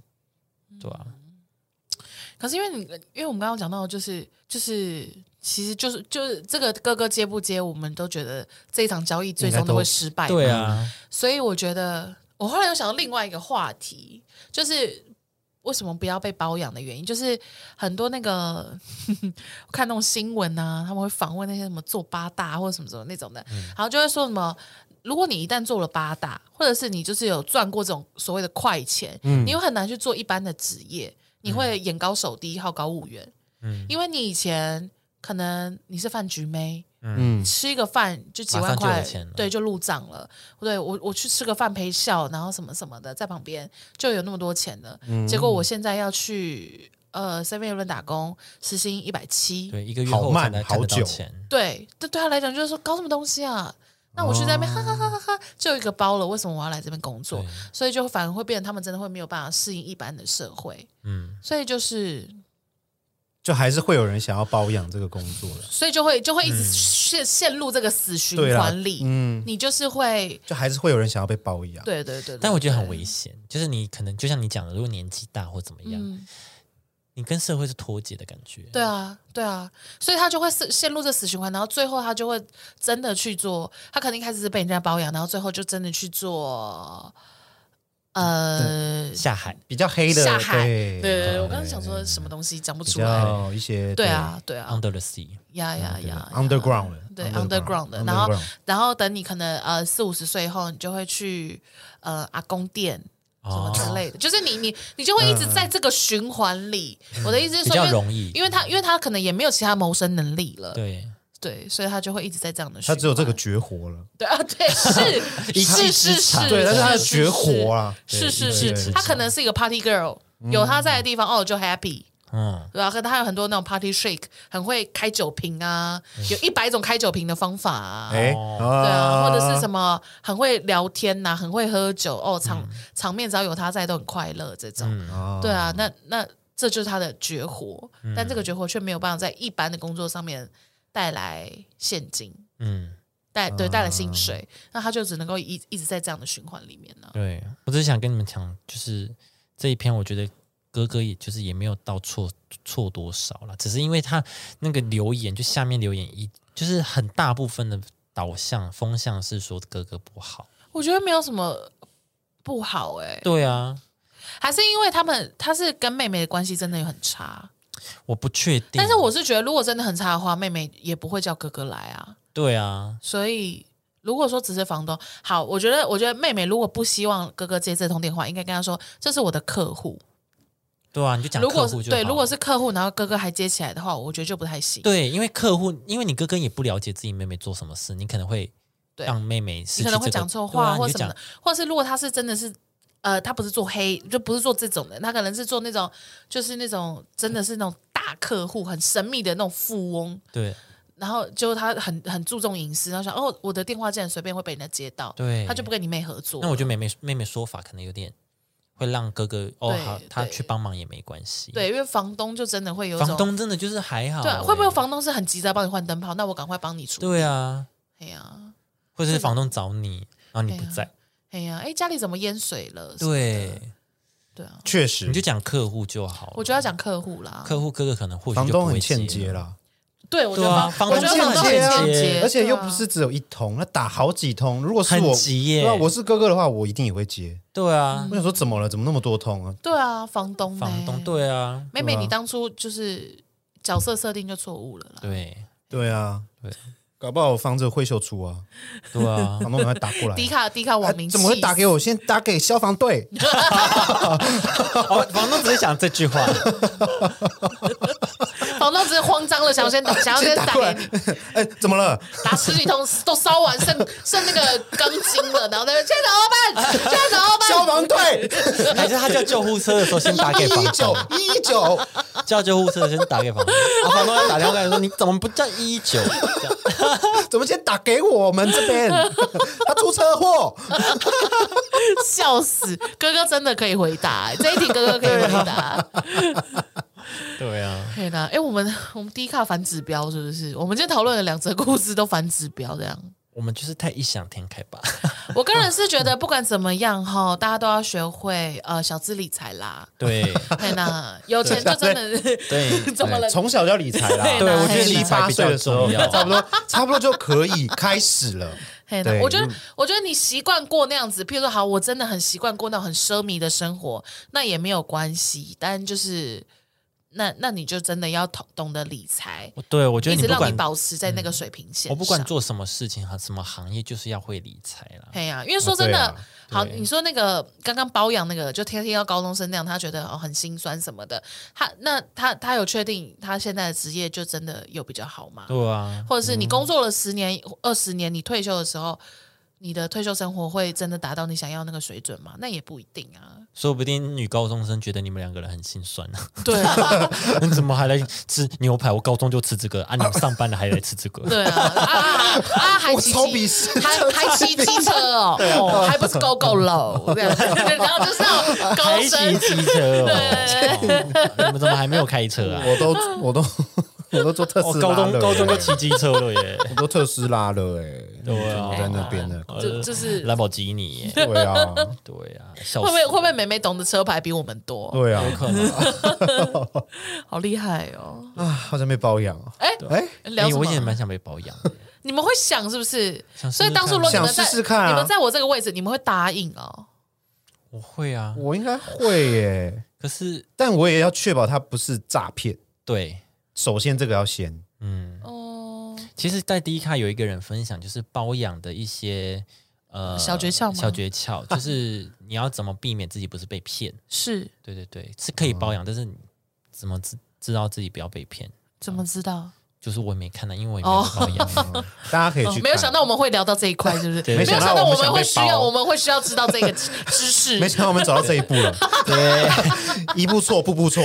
[SPEAKER 1] 对啊吧、
[SPEAKER 2] 可是因为你，因为我们刚刚讲到，就是就是，其实就是就是这个哥哥接不接，我们都觉得这一场交易最终都会失败。
[SPEAKER 1] 对，啊，
[SPEAKER 2] 所以我觉得哦我后来又想到另外一个话题，就是为什么不要被包养的原因，就是很多那个 *laughs* 我看那种新闻啊，他们会访问那些什么做八大或者什么什么那种的，然后就会说什么。如果你一旦做了八大，或者是你就是有赚过这种所谓的快钱，你又很难去做一般的职业，你会眼高手低，好高骛远。
[SPEAKER 1] 嗯
[SPEAKER 2] 因为你以前可能你是饭局妹，
[SPEAKER 3] 嗯
[SPEAKER 2] 吃一个饭就几万
[SPEAKER 1] 马上就有
[SPEAKER 2] 块
[SPEAKER 1] 钱了，
[SPEAKER 2] 对，就入账了。对我，我去吃个饭陪笑，然后什么什么的，在旁边就有那么多钱了。
[SPEAKER 1] 嗯
[SPEAKER 2] 结果我现在要去呃 Seven Eleven 打工，时薪一百七，
[SPEAKER 1] 对，一个月
[SPEAKER 3] 好
[SPEAKER 1] 后
[SPEAKER 3] 慢
[SPEAKER 1] 才能
[SPEAKER 3] 好
[SPEAKER 1] 看得到
[SPEAKER 3] 久
[SPEAKER 1] 钱。
[SPEAKER 2] 对，这对他来讲就是说搞什么东西啊？那我去在那边、哈哈哈哈哈，就有一个包了，为什么我要来这边工作
[SPEAKER 1] 哦对？
[SPEAKER 2] 所以就反而会变成他们真的会没有办法适应一般的社会。
[SPEAKER 1] 嗯，
[SPEAKER 2] 所以就是
[SPEAKER 3] 就还是会有人想要包养这个工作的，
[SPEAKER 2] 所以就会就会一直
[SPEAKER 1] 嗯
[SPEAKER 2] 陷陷入这个死循
[SPEAKER 3] 对啦
[SPEAKER 2] 环里，嗯，你就是会，
[SPEAKER 3] 就还是会有人想要被包养。
[SPEAKER 2] 对对对，对
[SPEAKER 1] 但我觉得很
[SPEAKER 2] 对
[SPEAKER 1] 危险，就是你可能就像你讲的，如果年纪大或怎么样，你跟社会是脱节的感觉。
[SPEAKER 2] 嗯对啊，对啊，所以他就会是陷入这死循环，然后最后他就会真的去做，他可能一开始是被人家包养，然后最后就真的去做，呃，
[SPEAKER 1] 下海，
[SPEAKER 3] 比较黑的，
[SPEAKER 2] 下海。
[SPEAKER 3] 对
[SPEAKER 2] 对
[SPEAKER 3] 哦
[SPEAKER 2] 对对，我刚刚想说什么东西讲不
[SPEAKER 3] 比
[SPEAKER 2] 出来。
[SPEAKER 3] 较一些
[SPEAKER 2] 对啊，对啊，
[SPEAKER 1] Under the Sea，
[SPEAKER 2] 呀呀呀
[SPEAKER 3] ，underground 的
[SPEAKER 2] 对
[SPEAKER 3] underground
[SPEAKER 2] underground 的，然后然后等你可能呃四五十岁以后，你就会去呃阿公店。什么之
[SPEAKER 1] 哦
[SPEAKER 2] 类的，就是你你你就会一直在这个循环里。我的意思是
[SPEAKER 1] 比
[SPEAKER 2] 说，因
[SPEAKER 1] 较
[SPEAKER 2] 为
[SPEAKER 1] 容易
[SPEAKER 2] 因为他因为他可能也没有其他谋生能力了，
[SPEAKER 1] 对，
[SPEAKER 2] 对，所以他就会一直在这样的循
[SPEAKER 3] 他
[SPEAKER 2] 环。
[SPEAKER 3] 只有这个绝活了，
[SPEAKER 2] 对啊，
[SPEAKER 3] *laughs*
[SPEAKER 2] 对是
[SPEAKER 1] 一技之
[SPEAKER 2] 是是
[SPEAKER 1] 长
[SPEAKER 2] 是，
[SPEAKER 3] 对，但是他的
[SPEAKER 2] 是
[SPEAKER 3] 绝活，啊，
[SPEAKER 2] 是是
[SPEAKER 1] 对一技
[SPEAKER 2] 是
[SPEAKER 1] 之
[SPEAKER 2] 是，
[SPEAKER 1] 长
[SPEAKER 2] 他可能是一个 party girl，有
[SPEAKER 3] 嗯
[SPEAKER 2] 他在的地方哦就 happy，
[SPEAKER 1] 嗯，
[SPEAKER 2] 对吧、和他有很多那种 party shake，很会开酒瓶啊，有一百种开酒瓶的方法啊。
[SPEAKER 3] 嗯哎，
[SPEAKER 2] 对
[SPEAKER 3] 对
[SPEAKER 2] 啊，或者是什么很会聊天呐、很会喝酒哦，场、
[SPEAKER 3] 嗯
[SPEAKER 2] 场面只要有他在都很快乐这种。
[SPEAKER 3] 么
[SPEAKER 2] 对啊，那那这就是他的绝活，
[SPEAKER 3] 嗯
[SPEAKER 2] 但这个绝活却没有办法在一般的工作上面带来现金，
[SPEAKER 1] 嗯，
[SPEAKER 2] 带对带来薪水，那他就只能够一一直在这样的循环里面呢、
[SPEAKER 1] 对，我只是想跟你们讲，就是这一篇，我觉得哥哥也就是也没有到错错多少了，只是因为他那个留言，就下面留言一就是很大部分的导向风向是说哥哥不好，
[SPEAKER 2] 我觉得没有什么不好哎、
[SPEAKER 1] 对啊，
[SPEAKER 2] 还是因为他们他是跟妹妹的关系真的有很差，
[SPEAKER 1] 啊我不确定，
[SPEAKER 2] 但是我是觉得如果真的很差的话，妹妹也不会叫哥哥来啊。
[SPEAKER 1] 对啊，
[SPEAKER 2] 所以如果说只是房东，好，我觉得我觉得妹妹如果不希望哥哥接这通电话，应该跟他说这是我的客户。
[SPEAKER 1] 对啊，你就讲
[SPEAKER 2] 如
[SPEAKER 1] 客
[SPEAKER 2] 果
[SPEAKER 1] 户
[SPEAKER 2] 是
[SPEAKER 1] 就
[SPEAKER 2] 对，
[SPEAKER 1] 好
[SPEAKER 2] 如果
[SPEAKER 1] 了
[SPEAKER 2] 是客户，然后哥哥还接起来的话，我觉得就不太行。
[SPEAKER 1] 对，因为客户，因为你哥哥也不了解自己妹妹做什么事，你可能会
[SPEAKER 2] 对
[SPEAKER 1] 让妹妹失去
[SPEAKER 2] 你可能会
[SPEAKER 1] 这个
[SPEAKER 2] 讲错
[SPEAKER 1] 对啊
[SPEAKER 2] 话
[SPEAKER 1] 你
[SPEAKER 2] 或
[SPEAKER 1] 就
[SPEAKER 2] 什么的
[SPEAKER 1] 讲，
[SPEAKER 2] 或是如果他是真的是。呃，他不是做黑，就不是做这种的，他可能是做那种，就是那种真的是那种大客户，很神秘的那种富翁，
[SPEAKER 1] 对
[SPEAKER 2] 然后就他很很注重隐私，然后想哦，我的电话竟然随便会被人家接到，
[SPEAKER 1] 对，
[SPEAKER 2] 他就不跟你妹合作。
[SPEAKER 1] 那我觉得妹妹妹妹说法可能有点会让哥哥哦，
[SPEAKER 2] 对
[SPEAKER 1] 好，他
[SPEAKER 2] 对
[SPEAKER 1] 去帮忙也没关系。，
[SPEAKER 2] 对，因为房东就真的会有一
[SPEAKER 1] 房
[SPEAKER 2] 种
[SPEAKER 1] 东真的就是还好欸、
[SPEAKER 2] 对啊，会不会房东是很急着要帮你换灯泡？那我赶快帮你出。
[SPEAKER 1] 对啊，
[SPEAKER 2] 哎呀，
[SPEAKER 1] 或者是房东找你，然后你不
[SPEAKER 2] 对啊
[SPEAKER 1] 在，
[SPEAKER 2] 哎呀，哎，家里怎么淹水了？
[SPEAKER 1] 对，
[SPEAKER 2] 对啊，
[SPEAKER 3] 确实
[SPEAKER 1] 你就，讲客户就好了。
[SPEAKER 2] 我就要讲客户啦。
[SPEAKER 1] 客户哥哥可能或许
[SPEAKER 3] 房
[SPEAKER 1] 就
[SPEAKER 3] 东
[SPEAKER 1] 不会
[SPEAKER 3] 很欠
[SPEAKER 1] 接
[SPEAKER 3] 接
[SPEAKER 1] 了，
[SPEAKER 3] 啦，
[SPEAKER 2] 对，我觉
[SPEAKER 1] 对啊
[SPEAKER 2] 得
[SPEAKER 1] 房
[SPEAKER 2] 房，我觉
[SPEAKER 1] 东
[SPEAKER 2] 得
[SPEAKER 1] 很
[SPEAKER 2] 房东很
[SPEAKER 1] 欠
[SPEAKER 2] 欠
[SPEAKER 1] 接
[SPEAKER 2] 接，
[SPEAKER 3] 而且又
[SPEAKER 2] 对啊
[SPEAKER 3] 不是只有一通，那打好几通，如果是
[SPEAKER 1] 很
[SPEAKER 3] 我，
[SPEAKER 1] 急耶
[SPEAKER 3] 对啊，我是哥哥的话，我一定也会接。
[SPEAKER 1] 对啊，
[SPEAKER 3] 我想说，怎么了？怎么那么多通啊？
[SPEAKER 2] 对啊，房东呢
[SPEAKER 1] 房东，对啊，
[SPEAKER 2] 妹妹，
[SPEAKER 3] 对啊
[SPEAKER 2] 你当初就是角色设定就错误了啦。
[SPEAKER 1] 对
[SPEAKER 3] 对啊，
[SPEAKER 1] 对，
[SPEAKER 3] 搞不好我房子有会秀出啊，
[SPEAKER 1] 对啊，
[SPEAKER 3] 房东赶快打
[SPEAKER 2] *laughs*
[SPEAKER 3] 过来。
[SPEAKER 2] 迪卡迪卡
[SPEAKER 3] 哎
[SPEAKER 2] 网民
[SPEAKER 3] 怎么会
[SPEAKER 2] 气
[SPEAKER 3] 打给我？先打给消防队。
[SPEAKER 1] 哦，房东只是讲这句
[SPEAKER 2] *laughs*
[SPEAKER 1] 话，
[SPEAKER 2] 死房东只是慌张了，想要先想要先打
[SPEAKER 3] 过来 *laughs*
[SPEAKER 2] 给你，。
[SPEAKER 3] 哎，怎么
[SPEAKER 2] *laughs*
[SPEAKER 3] 了？
[SPEAKER 2] 打十几通都烧完，剩剩那个钢筋了，然后在那边现在怎么办？现在怎
[SPEAKER 3] *laughs*
[SPEAKER 2] 么办？
[SPEAKER 3] 消
[SPEAKER 2] *laughs*
[SPEAKER 3] 防队
[SPEAKER 1] 还是他叫救护车的时候先打给房
[SPEAKER 3] 一
[SPEAKER 1] 东
[SPEAKER 3] 九。一九，
[SPEAKER 1] 叫救护车先打给 *laughs* 房东，啊、房东要打电话跟你说你怎么不叫一一九？这样
[SPEAKER 3] *laughs* 怎么先打给我们
[SPEAKER 2] *laughs*
[SPEAKER 3] 这边？他出车祸，
[SPEAKER 2] 笑死！哥哥真的可以回答、欸，这一题哥哥可以回答，
[SPEAKER 1] 对啊，
[SPEAKER 2] 可以答。哎、我们我们第一卡反指标是不是？我们今天讨论的两则故事都反指标，这样。
[SPEAKER 1] 我们就是太异想天开吧。
[SPEAKER 2] 我个人是觉得，不管怎么样哈，大家都要学会呃小资理财啦。
[SPEAKER 1] 对
[SPEAKER 2] *laughs* 嘿呐，有钱就真的 *laughs* 是
[SPEAKER 1] 对
[SPEAKER 2] 怎么了？
[SPEAKER 3] 从小就要理财啦。
[SPEAKER 1] 对，我觉得
[SPEAKER 2] 对
[SPEAKER 1] 理财
[SPEAKER 3] 八
[SPEAKER 1] 比
[SPEAKER 3] 岁
[SPEAKER 1] 较
[SPEAKER 3] 的时候
[SPEAKER 1] 重，要。
[SPEAKER 3] 差不多，差不多就可以开始了。
[SPEAKER 2] 嘿呐，
[SPEAKER 3] 对
[SPEAKER 2] 我觉
[SPEAKER 1] 嗯
[SPEAKER 2] 得，我觉得你习惯过那样子，譬如说，好，我真的很习惯过那种很奢靡的生活，那也没有关系。但就是，那那你就真的要懂懂得理财，
[SPEAKER 1] 对，我觉
[SPEAKER 2] 一
[SPEAKER 1] 得你
[SPEAKER 2] 直
[SPEAKER 1] 不
[SPEAKER 2] 让你
[SPEAKER 1] 管嗯
[SPEAKER 2] 保持在那个水平线上。
[SPEAKER 1] 我不管做什么事情和什么行业，就是要会理财啦。
[SPEAKER 2] 哎呀、因为说真的，
[SPEAKER 3] 啊
[SPEAKER 2] 好，
[SPEAKER 1] 哦对
[SPEAKER 2] 你说那个刚刚包养那个，就天天要高中生那样，他觉得哦很心酸什么的。他那他他有确定他现在的职业就真的有比较好吗？
[SPEAKER 1] 对啊，
[SPEAKER 3] 嗯
[SPEAKER 2] 或者是你工作了十年、二十、年，你退休的时候，你的退休生活会真的达到你想要那个水准吗？那也不一定啊。
[SPEAKER 1] 说不定女高中生觉得你们两个人很心酸呢、
[SPEAKER 2] 对啊，
[SPEAKER 1] *laughs* 你怎么还来吃牛排？我高中就吃这个啊，你们上班了还来吃这 *laughs* 个？
[SPEAKER 2] *laughs* 对啊，啊啊啊！还
[SPEAKER 3] *laughs* 我
[SPEAKER 2] 骑
[SPEAKER 3] 超鄙视
[SPEAKER 2] 还还骑机车哦，
[SPEAKER 3] 啊
[SPEAKER 2] 哦还不是 GO GO 楼这样 *laughs* 子，然后就是那种高
[SPEAKER 1] 还骑
[SPEAKER 2] 升，
[SPEAKER 1] 机车哦？你们怎么还没有开车啊？
[SPEAKER 3] 我都我都 *laughs* 我都做
[SPEAKER 1] *laughs*
[SPEAKER 3] 特
[SPEAKER 1] 我
[SPEAKER 3] 斯
[SPEAKER 1] 哦高
[SPEAKER 3] 拉了
[SPEAKER 1] 中
[SPEAKER 3] 耶，
[SPEAKER 1] 高中就骑机车了
[SPEAKER 3] *laughs*
[SPEAKER 1] 耶，
[SPEAKER 3] 我都特斯拉了哎，
[SPEAKER 1] 对啊
[SPEAKER 3] 我在那
[SPEAKER 1] *laughs*
[SPEAKER 3] 边呢，
[SPEAKER 2] 就就是
[SPEAKER 1] 兰博基尼耶，
[SPEAKER 3] 对啊，
[SPEAKER 1] 对啊，笑
[SPEAKER 2] 会
[SPEAKER 1] 死
[SPEAKER 2] 不会会不会美美懂的车牌比我们多？
[SPEAKER 3] 对
[SPEAKER 1] 有
[SPEAKER 3] 啊，
[SPEAKER 1] 可能啊。
[SPEAKER 2] 好厉害哦！
[SPEAKER 3] 啊，好像被包养哦，
[SPEAKER 2] 哎，
[SPEAKER 3] 哎，
[SPEAKER 2] 聊
[SPEAKER 1] 哎，
[SPEAKER 2] 什
[SPEAKER 1] 我也
[SPEAKER 2] 么？
[SPEAKER 1] 蛮想被保养的，
[SPEAKER 2] 你们会想是不是？
[SPEAKER 1] 想试试
[SPEAKER 2] 所以当初如果你
[SPEAKER 3] 看
[SPEAKER 2] 们在
[SPEAKER 3] 想试试看啊
[SPEAKER 2] 你们在我这个位置，你们会答应哦？
[SPEAKER 1] *laughs* 我会啊，
[SPEAKER 3] 我应该会耶，
[SPEAKER 1] 可是
[SPEAKER 3] 但我也要确保它不是诈骗，
[SPEAKER 1] 对，
[SPEAKER 3] 首先这个要先，
[SPEAKER 1] 嗯，
[SPEAKER 2] 哦，
[SPEAKER 1] 其实，在第一卡有一个人分享，就是包养的一些呃
[SPEAKER 2] 小诀窍吗
[SPEAKER 1] 小诀
[SPEAKER 2] *laughs*
[SPEAKER 1] 窍就是你要怎么避免自己不是被骗。
[SPEAKER 2] 是
[SPEAKER 1] 对对对，是可以包养，但是你怎么知知道自己不要被骗？
[SPEAKER 2] 怎么知道？
[SPEAKER 1] 就是我也没看到，啊因为我也没有
[SPEAKER 2] 哦
[SPEAKER 1] 被包养。 *laughs*
[SPEAKER 3] 大家可以
[SPEAKER 1] 哦
[SPEAKER 3] 去看，
[SPEAKER 2] 嗯没有想到我们会聊到这一块，是不是？
[SPEAKER 1] 对
[SPEAKER 2] 没有想到
[SPEAKER 3] 没
[SPEAKER 2] 我们
[SPEAKER 3] 想到我们
[SPEAKER 2] 会
[SPEAKER 3] 想
[SPEAKER 2] 需
[SPEAKER 3] 被
[SPEAKER 2] 要，
[SPEAKER 3] 包
[SPEAKER 2] 我们会需要知道这个知知识。
[SPEAKER 3] 没想到我们走到这一步
[SPEAKER 1] *laughs*
[SPEAKER 3] 了，对，一步错，步步错，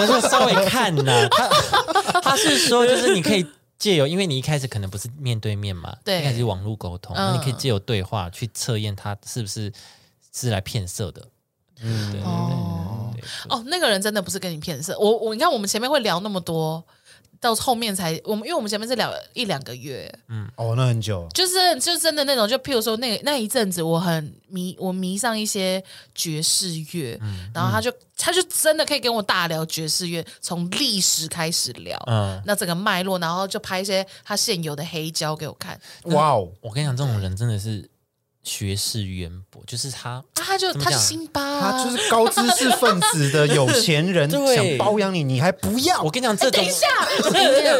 [SPEAKER 1] 我就稍微看
[SPEAKER 2] *laughs*
[SPEAKER 1] 呐、他他是说，就是你可以借由，因为你一开始可能不是面对面嘛，
[SPEAKER 2] 对
[SPEAKER 1] 一开始是网络沟通，那、
[SPEAKER 2] 嗯
[SPEAKER 1] 你可以借由对话去测验他是不是是来骗色的。嗯，对对
[SPEAKER 2] 哦
[SPEAKER 1] 对对
[SPEAKER 2] 哦，那个人真的不是跟你骗色。我我你看，我们前面会聊那么多，到后面才我们，因为我们前面是聊一两个月，
[SPEAKER 3] 哦，那很久，
[SPEAKER 2] 就是就是真的那种，就譬如说那那一阵子，我很迷，我迷上一些爵士乐，然后他就、他就真的可以跟我大聊爵士乐，从历史开始聊，
[SPEAKER 1] 嗯
[SPEAKER 2] 那整个脉络，然后就拍一些他现有的黑胶给我看，啊
[SPEAKER 3] 哇
[SPEAKER 1] *laughs*
[SPEAKER 3] 哦，
[SPEAKER 1] 我跟你讲，这种人真的是学识渊博，就是他
[SPEAKER 2] 啊，他就
[SPEAKER 1] 怎么
[SPEAKER 2] 他就
[SPEAKER 1] 讲
[SPEAKER 2] 辛巴、啊，
[SPEAKER 3] 他就是高知识分子的有钱人，
[SPEAKER 1] *laughs* 对
[SPEAKER 3] 想包养你，你还不
[SPEAKER 2] 哦
[SPEAKER 3] 要，
[SPEAKER 1] 我跟你讲，
[SPEAKER 2] 哎
[SPEAKER 1] 这种、
[SPEAKER 2] *laughs*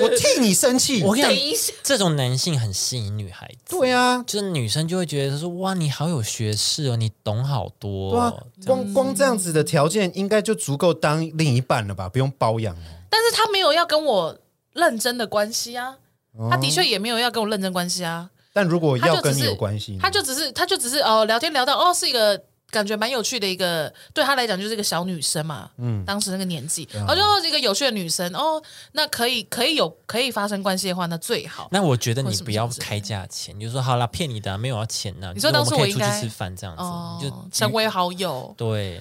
[SPEAKER 3] 我替你生气，
[SPEAKER 1] 我跟
[SPEAKER 2] 等
[SPEAKER 1] 你
[SPEAKER 2] 一
[SPEAKER 1] 讲
[SPEAKER 2] 下，
[SPEAKER 1] 这种男性很吸引女孩子，
[SPEAKER 3] 对啊，
[SPEAKER 1] 就是女生就会觉得说哇，你好有学识哦，你懂好多、
[SPEAKER 3] 对啊
[SPEAKER 1] 哦。，
[SPEAKER 3] 光光这样子的条件应该就足够当另一半了吧？不用包养哦。
[SPEAKER 2] 但是他没有要跟我认真的关系啊，
[SPEAKER 1] 哦
[SPEAKER 2] 他的确也没有要跟我认真关系啊，
[SPEAKER 3] 但如果
[SPEAKER 2] 他
[SPEAKER 3] 要
[SPEAKER 2] 就
[SPEAKER 3] 跟
[SPEAKER 2] 只
[SPEAKER 3] 你
[SPEAKER 2] 是
[SPEAKER 3] 有关
[SPEAKER 1] 嗯
[SPEAKER 3] 系呢，
[SPEAKER 2] 他就只是他就只是哦聊天聊到哦是一个感觉蛮有趣的一个，对他来讲就是一个小女生嘛，嗯，当时那个年纪，
[SPEAKER 1] 啊
[SPEAKER 2] 然后就哦一个有趣的女生哦，那可以可以有可以发生关系的话，那最好。
[SPEAKER 1] 那我觉得
[SPEAKER 2] 或
[SPEAKER 1] 你
[SPEAKER 2] 什么
[SPEAKER 1] 不要
[SPEAKER 2] 什么之类的
[SPEAKER 1] 开价钱，你就说好啦，骗你的啊、没有要钱呐、
[SPEAKER 2] 你说当时
[SPEAKER 1] 就是我
[SPEAKER 2] 我
[SPEAKER 1] 们
[SPEAKER 2] 应
[SPEAKER 1] 可以
[SPEAKER 2] 该
[SPEAKER 1] 出去吃饭这样子，
[SPEAKER 2] 哦
[SPEAKER 1] 你就，
[SPEAKER 2] 成为嗯好友，
[SPEAKER 1] 对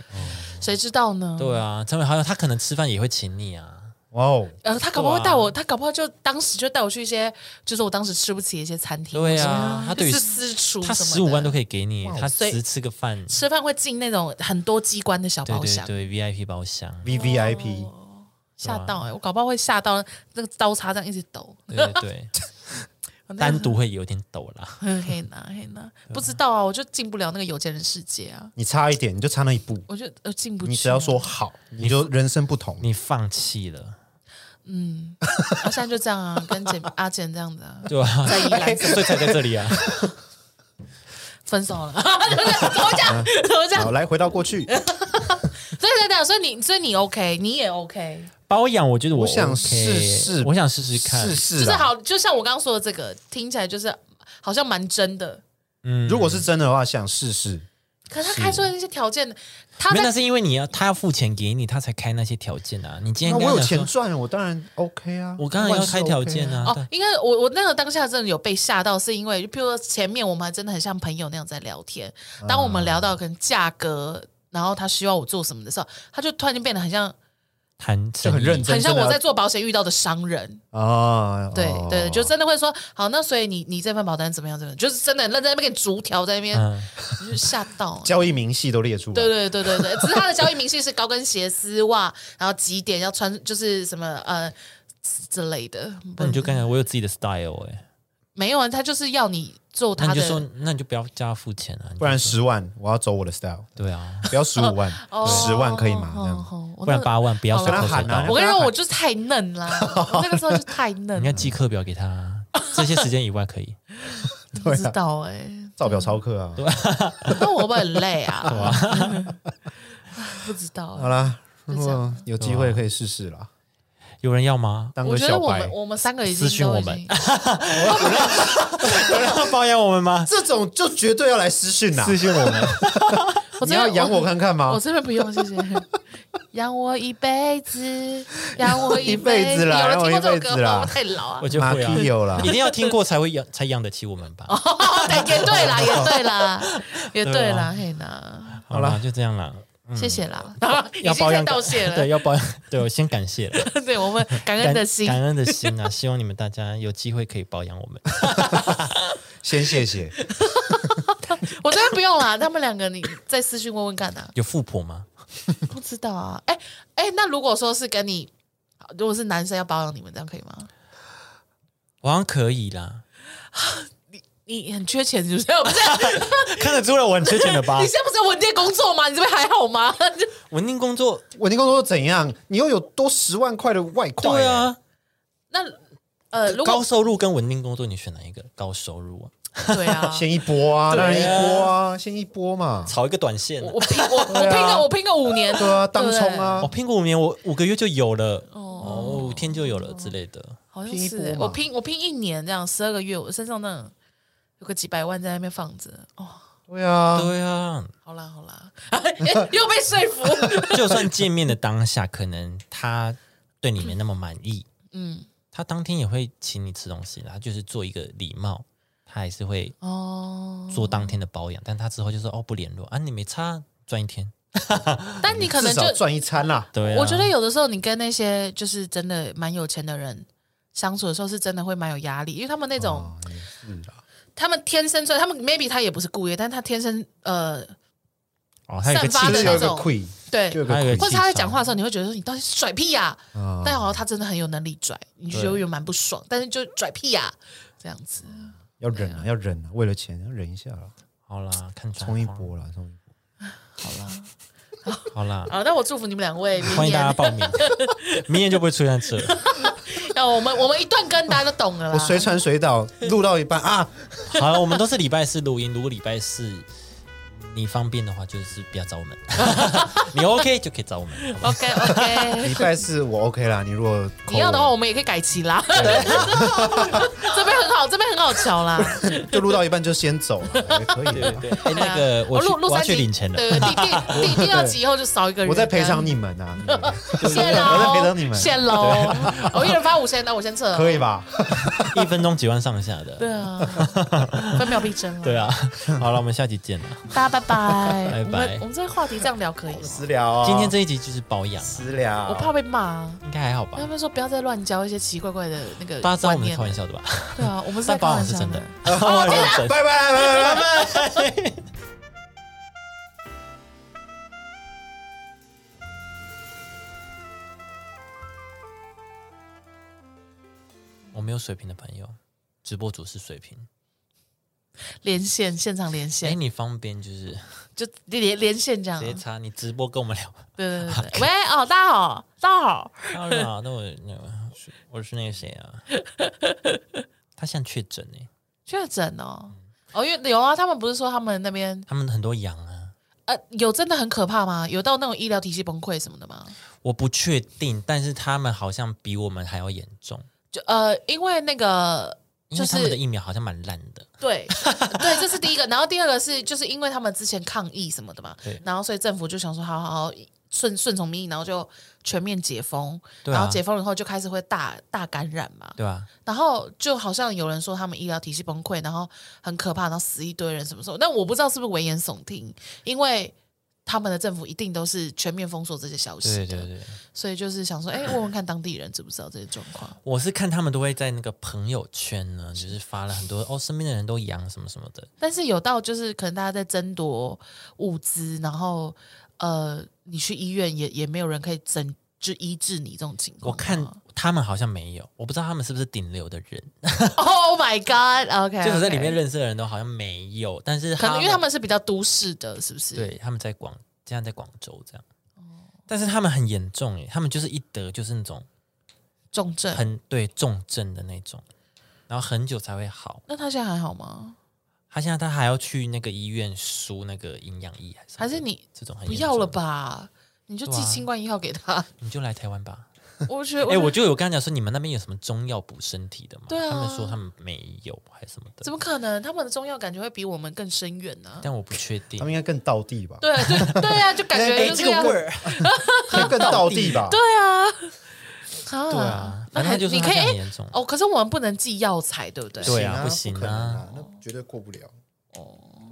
[SPEAKER 2] 谁知道呢？
[SPEAKER 1] 对啊，成为好友，他可能吃饭也会请你啊。
[SPEAKER 3] 哇哦，
[SPEAKER 2] 呃，他搞不好会带我，他搞不好就当时就带我去一些，就是我当时吃不起的一些餐厅。
[SPEAKER 1] 对
[SPEAKER 2] 或
[SPEAKER 1] 啊，他
[SPEAKER 2] 者
[SPEAKER 1] 对
[SPEAKER 2] 是
[SPEAKER 1] 于
[SPEAKER 2] 是私厨什么
[SPEAKER 1] 他
[SPEAKER 2] 的，
[SPEAKER 1] 十五万都可以给你，他
[SPEAKER 2] 所以
[SPEAKER 1] 只吃个饭，
[SPEAKER 2] 吃饭会进那种很多机关的小
[SPEAKER 1] 对
[SPEAKER 2] 包
[SPEAKER 1] 对
[SPEAKER 2] 厢，
[SPEAKER 1] 对，VIP 包厢，
[SPEAKER 2] *laughs*
[SPEAKER 3] ，V V I P，
[SPEAKER 2] 哦吓到哎、我搞不好会吓到那个刀叉这样一直抖，
[SPEAKER 1] 对对对，单独会有点抖啦。
[SPEAKER 2] 嘿呐嘿呐，不知道啊，我就进不了那个有钱人世界啊，
[SPEAKER 3] 你差一点，你就差那一步，
[SPEAKER 2] 我就呃进不去啊。
[SPEAKER 3] 你只要说好，你就人生不同。
[SPEAKER 1] 你放弃了，
[SPEAKER 2] 啊，现在就这样啊，跟简阿简这样子啊，
[SPEAKER 1] 对吧、
[SPEAKER 2] 在宜
[SPEAKER 1] *laughs*
[SPEAKER 2] 兰
[SPEAKER 1] 所以才在这里啊。
[SPEAKER 2] 分手了，怎么讲？怎么讲
[SPEAKER 3] 好，？来回到过去，
[SPEAKER 2] 对对对，所以你所以你 OK，你也 OK，
[SPEAKER 1] 包养，我觉得我
[SPEAKER 3] 我想
[SPEAKER 1] OK，
[SPEAKER 3] 试试
[SPEAKER 1] 我想试试看
[SPEAKER 3] 试。试
[SPEAKER 2] 就是
[SPEAKER 3] 啦。
[SPEAKER 2] 好，就像我刚刚说的这个，听起来就是好像蛮真的。
[SPEAKER 1] 嗯，
[SPEAKER 3] 如果是真的话，想试试。
[SPEAKER 2] 可是他开出的那些条件，他
[SPEAKER 1] 没有，
[SPEAKER 2] 在
[SPEAKER 1] 那是因为你要他要付钱给你，他才开那些条件啊。你今天
[SPEAKER 3] 那我
[SPEAKER 1] 跟他
[SPEAKER 3] 有
[SPEAKER 1] 讲
[SPEAKER 3] 钱
[SPEAKER 1] 说
[SPEAKER 3] 赚，我当然 OK 啊。
[SPEAKER 1] 我刚才要开条件
[SPEAKER 3] 啊，
[SPEAKER 1] 啊，
[SPEAKER 2] 哦
[SPEAKER 1] 对，
[SPEAKER 2] 应该我我那个当下真的有被吓到，是因为就譬如说前面我们还真的很像朋友那样在聊天，当我们聊
[SPEAKER 3] 啊
[SPEAKER 2] 到可能价格，然后他需要我做什么的时候，他就突然间变得很像
[SPEAKER 1] 谈
[SPEAKER 3] 就很认真
[SPEAKER 2] 很像
[SPEAKER 3] 真的
[SPEAKER 2] 我
[SPEAKER 3] 要
[SPEAKER 2] 在做保险遇到的商人，
[SPEAKER 3] 哦
[SPEAKER 2] 对、对，就真的会说好，那所以你你这份保单怎么样怎么样，就是真的很认真在那边给你逐条在那边，
[SPEAKER 1] 嗯
[SPEAKER 2] 你就吓
[SPEAKER 3] *laughs*
[SPEAKER 2] 到。
[SPEAKER 3] 交易明细都列出来。
[SPEAKER 2] 对对对对对，只是他的交易明细是高跟鞋、丝袜，然后几点要穿，就是什么呃之类的。
[SPEAKER 1] 那你就跟他讲我有自己的 style 哎、
[SPEAKER 2] 没有啊，他就是要你做
[SPEAKER 1] 那
[SPEAKER 2] 他
[SPEAKER 1] 你就
[SPEAKER 2] 的
[SPEAKER 1] 说，那你就不要叫他付钱啊，你就
[SPEAKER 3] 不然十万，我要走我的 style，
[SPEAKER 1] 对啊，
[SPEAKER 3] 不要十五万，十万可以吗？这
[SPEAKER 2] 哦
[SPEAKER 3] 样，
[SPEAKER 2] 哦我
[SPEAKER 1] 不然
[SPEAKER 2] 那
[SPEAKER 1] 八万不要
[SPEAKER 2] 好
[SPEAKER 1] 随
[SPEAKER 2] 啦
[SPEAKER 1] 口随
[SPEAKER 3] 喊啊
[SPEAKER 1] 到
[SPEAKER 2] 我，跟你说，我就是太嫩啦，我那个时候就太嫩
[SPEAKER 3] *laughs*
[SPEAKER 1] 你
[SPEAKER 2] 了，
[SPEAKER 1] 要记课表给他啊、这些时间以外可以。 *laughs*
[SPEAKER 2] 不知道哎、
[SPEAKER 3] 照表超课啊。
[SPEAKER 2] 那我会不会很累
[SPEAKER 3] *laughs*
[SPEAKER 2] 啊？ *laughs* 不知道、欸 *laughs*
[SPEAKER 3] 嗯好啦，如果有机会可以试试啦。
[SPEAKER 1] 有人要吗？
[SPEAKER 3] 当
[SPEAKER 2] 我
[SPEAKER 3] 个
[SPEAKER 2] 觉得
[SPEAKER 3] 小
[SPEAKER 2] 我
[SPEAKER 3] 白
[SPEAKER 2] 们，我们三个已经
[SPEAKER 1] 私讯
[SPEAKER 2] 都
[SPEAKER 1] 我
[SPEAKER 2] 已
[SPEAKER 1] 们
[SPEAKER 2] 经
[SPEAKER 1] 有人要包养我们吗？
[SPEAKER 3] 这种就绝对要来私讯呐、
[SPEAKER 1] 私信我们，
[SPEAKER 2] 我
[SPEAKER 3] *laughs* 你
[SPEAKER 2] 真的
[SPEAKER 3] 要养我看看吗
[SPEAKER 2] 我？这边不用，谢
[SPEAKER 3] *laughs*
[SPEAKER 2] 谢。养我一辈子，养我一
[SPEAKER 3] 一辈
[SPEAKER 2] 辈
[SPEAKER 3] 子啦
[SPEAKER 2] 有人
[SPEAKER 3] 养
[SPEAKER 2] 听
[SPEAKER 3] 我
[SPEAKER 2] 过
[SPEAKER 3] 一
[SPEAKER 2] 这首
[SPEAKER 3] 辈
[SPEAKER 2] 歌
[SPEAKER 3] 子
[SPEAKER 2] 吗？
[SPEAKER 3] 啦
[SPEAKER 2] 我太老啊
[SPEAKER 1] *laughs* 我！就会啊
[SPEAKER 3] 马屁，
[SPEAKER 1] *laughs*
[SPEAKER 3] 有啦
[SPEAKER 1] 一定要听过才会养，才养得起我们吧。
[SPEAKER 2] 哦，对，也对
[SPEAKER 3] *laughs*
[SPEAKER 2] 啦，也对啦，也对
[SPEAKER 1] 对
[SPEAKER 2] 啦
[SPEAKER 1] 啊，
[SPEAKER 2] 嘿啦，
[SPEAKER 1] 好啦，就这样啦。
[SPEAKER 3] 嗯
[SPEAKER 2] 谢谢
[SPEAKER 3] *laughs*
[SPEAKER 2] 啦，已经
[SPEAKER 1] 要包
[SPEAKER 2] 在
[SPEAKER 1] 养
[SPEAKER 2] 道谢
[SPEAKER 1] *laughs* 对，
[SPEAKER 2] 了，
[SPEAKER 1] 要包养，对我先感谢了，
[SPEAKER 2] *laughs* 对我们 *laughs* 感恩的心，
[SPEAKER 1] 感恩的心
[SPEAKER 2] *laughs*
[SPEAKER 1] 啊！希望你们大家有机会可以包养我们。
[SPEAKER 3] 先谢谢，
[SPEAKER 2] *laughs* 我这边不用啦，他们两个你再私讯问问看啊，
[SPEAKER 1] 有富婆吗？
[SPEAKER 2] 不知道啊，哎哎，那如果说是跟你，如果是男生要包养你们，这样可以吗？
[SPEAKER 1] 我好像可以啦，
[SPEAKER 2] 你很缺钱是不是？我不
[SPEAKER 3] *laughs*
[SPEAKER 2] 是，
[SPEAKER 1] 看得出来我很缺钱的 *laughs* 吧
[SPEAKER 2] 你？现在不是有稳定工作吗？你这边还好吗？ *laughs*
[SPEAKER 1] 稳定工作，
[SPEAKER 3] 稳定工作怎样？你又有多十万块的外快、欸
[SPEAKER 1] 对啊，
[SPEAKER 2] 那呃，如
[SPEAKER 1] 高
[SPEAKER 2] 果
[SPEAKER 1] 收入跟稳定工作，你选哪一个？高收入啊，
[SPEAKER 2] 对
[SPEAKER 3] *laughs*
[SPEAKER 2] 啊，
[SPEAKER 3] 先一波啊，
[SPEAKER 1] 对啊
[SPEAKER 3] 当然一波啊，先一波嘛。
[SPEAKER 1] 炒一个短线啊、
[SPEAKER 2] 哦我拼我我拼个我拼个五年，
[SPEAKER 3] 对啊，当
[SPEAKER 2] 对
[SPEAKER 3] 冲啊
[SPEAKER 1] 我，拼过五年，我五个月就有了，哦，五天就有了之类的。
[SPEAKER 2] 好像
[SPEAKER 3] 拼一
[SPEAKER 2] 是
[SPEAKER 3] 波
[SPEAKER 2] 欸
[SPEAKER 3] 嘛
[SPEAKER 2] 我拼我拼一年这样，十二个月，我身上那种有个几百万在那边放着。哦，
[SPEAKER 3] 对啊，
[SPEAKER 1] 对啊，
[SPEAKER 2] 好啦好啦， *laughs* 又被说服。
[SPEAKER 3] *laughs*
[SPEAKER 1] 就算见面的当下，可能他对你没那么满意，
[SPEAKER 2] 嗯，
[SPEAKER 1] 他当天也会请你吃东西的，他就是做一个礼貌，他还是会
[SPEAKER 2] 哦，
[SPEAKER 1] 做当天的保养，但他之后就说哦不联络啊，你没差赚一天，
[SPEAKER 2] 但你可能
[SPEAKER 3] 至
[SPEAKER 2] 就
[SPEAKER 3] 少赚一餐啦。
[SPEAKER 1] 对、啊，
[SPEAKER 2] 我觉得有的时候你跟那些就是真的蛮有钱的人相处的时候，是真的会蛮有压力，因为他们那种、
[SPEAKER 3] 哦也是啦，
[SPEAKER 2] 他们天生出来，他们 maybe 他也不是故意的，但他天生呃
[SPEAKER 1] 哦，他有个气
[SPEAKER 2] 散发
[SPEAKER 3] 就
[SPEAKER 2] 的
[SPEAKER 3] 是
[SPEAKER 1] 质
[SPEAKER 3] 有
[SPEAKER 2] 那
[SPEAKER 3] 一个
[SPEAKER 2] 种
[SPEAKER 3] q u e e
[SPEAKER 2] 对
[SPEAKER 3] 就有。一
[SPEAKER 1] 还有一
[SPEAKER 3] 个
[SPEAKER 1] 个
[SPEAKER 2] 或
[SPEAKER 3] q
[SPEAKER 2] 者他在讲话的时候，你会觉得说你到底是拽屁呀、
[SPEAKER 3] u
[SPEAKER 1] 哦
[SPEAKER 3] 啊，
[SPEAKER 2] 但好像他真的很有能力拽，你就觉得有蛮不爽，但是就拽屁呀、这样子。
[SPEAKER 3] 要忍啊，要忍啊，为了钱要忍一下啦，
[SPEAKER 1] 好啦，看穿
[SPEAKER 3] 冲一
[SPEAKER 1] 花，
[SPEAKER 3] 波啦，冲一波。
[SPEAKER 2] 好啦，
[SPEAKER 1] 好
[SPEAKER 2] *laughs*
[SPEAKER 1] 啦，
[SPEAKER 2] 好，那我祝福你们两位，明
[SPEAKER 1] 欢迎大家
[SPEAKER 2] 年 *laughs*
[SPEAKER 1] 报名，明年就不会出现这了。
[SPEAKER 2] 那我们我们一段跟大家都
[SPEAKER 1] *laughs*
[SPEAKER 2] 懂了
[SPEAKER 3] 我
[SPEAKER 2] 啦。
[SPEAKER 3] 随传随到，录到一半
[SPEAKER 2] *laughs*
[SPEAKER 3] 啊，
[SPEAKER 1] 好了，我们都是礼拜四录音，如果礼拜四你方便的话，就是不要找我
[SPEAKER 2] *laughs*
[SPEAKER 1] 们，你 OK 就可以找我们。好吧
[SPEAKER 2] 哦 OK OK，
[SPEAKER 3] 礼拜四我 OK 啦，你如果
[SPEAKER 2] *laughs* 你要的话，
[SPEAKER 3] 扣
[SPEAKER 2] 我们也可以改期啦。 *laughs* 这边很好，这边很好瞧啦。
[SPEAKER 3] 我，就录到一半就先走了，
[SPEAKER 2] *laughs*
[SPEAKER 3] 也可以啦。
[SPEAKER 1] 对，哎那个我
[SPEAKER 2] 我
[SPEAKER 1] 去
[SPEAKER 2] 啊哦录录
[SPEAKER 1] 我要
[SPEAKER 2] 三
[SPEAKER 1] 去
[SPEAKER 2] 集，
[SPEAKER 1] 领钱了，
[SPEAKER 2] 对，
[SPEAKER 1] *laughs*
[SPEAKER 2] 第第第第二集以后就少一个人。
[SPEAKER 3] 我在赔偿你们啊，
[SPEAKER 2] 这样，
[SPEAKER 1] *laughs*
[SPEAKER 2] 谢喽，
[SPEAKER 3] 我在赔偿你们
[SPEAKER 2] 谢喽。 *laughs* 我一人发五千，那我先撤。啊
[SPEAKER 3] 可以？吧？
[SPEAKER 2] 嗯
[SPEAKER 1] 一分钟几万上下的。
[SPEAKER 2] 对啊，分秒必争啊。
[SPEAKER 1] 对啊，好了，我们下集见了。
[SPEAKER 2] 大家拜
[SPEAKER 1] 拜拜
[SPEAKER 2] 拜，我们我们这个话题这样聊可以吗？
[SPEAKER 3] 私聊哦，
[SPEAKER 1] 今天这一集就是保养啊，
[SPEAKER 3] 私聊，
[SPEAKER 2] 我怕被骂啊。
[SPEAKER 1] 应该还好吧
[SPEAKER 2] 他？们说不要再乱教一些奇怪怪的那个
[SPEAKER 1] 大家知道我
[SPEAKER 2] 观
[SPEAKER 1] 们在
[SPEAKER 2] 念
[SPEAKER 1] 开。玩笑的吧？
[SPEAKER 2] 对啊，我们是在
[SPEAKER 1] 但
[SPEAKER 2] 开
[SPEAKER 1] 保
[SPEAKER 2] 玩
[SPEAKER 1] 养是
[SPEAKER 2] 笑
[SPEAKER 1] 真
[SPEAKER 2] 的哦
[SPEAKER 1] 的。。我认真
[SPEAKER 3] 拜拜拜拜拜拜。
[SPEAKER 1] *laughs* 我没有水平的朋友，直播主是水平。
[SPEAKER 2] 连线，现场连
[SPEAKER 1] 哎，
[SPEAKER 2] 线，
[SPEAKER 1] 你方便就是
[SPEAKER 2] 就连连线这样
[SPEAKER 1] 直。接插你直播跟我们聊。
[SPEAKER 2] 对对对对，喂，哦，大家好，大家好，
[SPEAKER 1] 当然啊，那我那
[SPEAKER 2] *laughs*
[SPEAKER 1] 我是我是那个谁啊？他现在确诊哎、
[SPEAKER 2] 确诊哦。哦，因为有啊，他们不是说他们那边
[SPEAKER 1] 他们很多羊啊，
[SPEAKER 2] 呃有真的很可怕吗？有到那种医疗体系崩溃什么的吗？
[SPEAKER 1] 我不确定，但是他们好像比我们还要严重，
[SPEAKER 2] 就呃，因为那个
[SPEAKER 1] 因
[SPEAKER 2] 就
[SPEAKER 1] 为他们的
[SPEAKER 2] 是
[SPEAKER 1] 疫苗好像蛮烂的， *laughs*
[SPEAKER 2] 对对，这是第一个，然后第二个是就是因为他们之前抗议什么的嘛
[SPEAKER 1] 对，
[SPEAKER 2] 然后所以政府就想说好好好顺顺从民意，然后就全面解封，
[SPEAKER 1] 对
[SPEAKER 2] 然
[SPEAKER 1] 啊
[SPEAKER 2] 后，解封以后就开始会大大感染嘛，
[SPEAKER 1] 对吧、
[SPEAKER 2] 然后就好像有人说他们医疗体系崩溃，然后很可怕，然后死一堆人什么时候？但我不知道是不是危言耸听，因为他们的政府一定都是全面封锁这些消息
[SPEAKER 1] 对
[SPEAKER 2] 的，
[SPEAKER 1] 对对，
[SPEAKER 2] 所以就是想说，哎，问问看当地人知不知道这些状
[SPEAKER 1] *laughs*
[SPEAKER 2] 况。
[SPEAKER 1] 我是看他们都会在那个朋友圈呢，就是发了很多哦，身边的人都阳什么什么的，
[SPEAKER 2] 但是有到就是可能大家在争夺物资，然后呃，你去医院也也没有人可以诊就医治你这种情况。
[SPEAKER 1] 我看。他们好像没有，我不知道他们是不是顶流的人，
[SPEAKER 2] Oh my God！OK，、
[SPEAKER 1] *laughs* 就是在里面，认识的人都好像没有，但是
[SPEAKER 2] 可能因为他们是比较都市的，是不是？
[SPEAKER 1] 对，他们在广，这样在广州这样。
[SPEAKER 2] 哦
[SPEAKER 1] 但是他们很严重欸诶，他们就是一得就是那种
[SPEAKER 2] 重症。
[SPEAKER 1] 很对重症的那种，然后很久才会好。
[SPEAKER 2] 那他现在还好吗？
[SPEAKER 1] 他现在他还要去那个医院输那个营养液，还是什么
[SPEAKER 2] 还是你
[SPEAKER 1] 这种很
[SPEAKER 2] 不
[SPEAKER 1] 严
[SPEAKER 2] 要了
[SPEAKER 1] 重的？
[SPEAKER 2] 吧？你就
[SPEAKER 1] 对
[SPEAKER 2] 寄
[SPEAKER 1] 啊 *laughs*
[SPEAKER 2] 新冠一号给他，
[SPEAKER 1] 你就来台湾吧。
[SPEAKER 2] 我觉得，
[SPEAKER 1] 哎、我就有跟他讲说，你们那边有什么中药补身体的吗？
[SPEAKER 2] 对啊
[SPEAKER 1] 他们说他们没有，还是什么
[SPEAKER 2] 怎
[SPEAKER 1] 的，
[SPEAKER 2] 么可能？他们的中药感觉会比我们更深远呢、
[SPEAKER 1] 但我不确定
[SPEAKER 2] *laughs*
[SPEAKER 3] 他。
[SPEAKER 2] 啊
[SPEAKER 3] 们应该更道地吧？
[SPEAKER 2] 对对对啊，就
[SPEAKER 1] *laughs*
[SPEAKER 2] 感觉
[SPEAKER 3] 哎
[SPEAKER 2] 就
[SPEAKER 3] 这
[SPEAKER 2] 是
[SPEAKER 3] 个
[SPEAKER 2] 要、
[SPEAKER 3] 味儿更道地吧？
[SPEAKER 2] 对
[SPEAKER 1] *laughs*
[SPEAKER 2] 啊，啊
[SPEAKER 1] 对啊，
[SPEAKER 2] 那
[SPEAKER 1] 反正他就说
[SPEAKER 2] 你
[SPEAKER 1] 他
[SPEAKER 2] 可以
[SPEAKER 1] 现在很
[SPEAKER 2] 哎
[SPEAKER 1] 严重。
[SPEAKER 2] 哦，可是我们不能寄药材，对不对？
[SPEAKER 1] 对啊，哦
[SPEAKER 3] 不
[SPEAKER 1] 行
[SPEAKER 3] 可能
[SPEAKER 1] 啊，
[SPEAKER 3] 啊，那绝对过不了，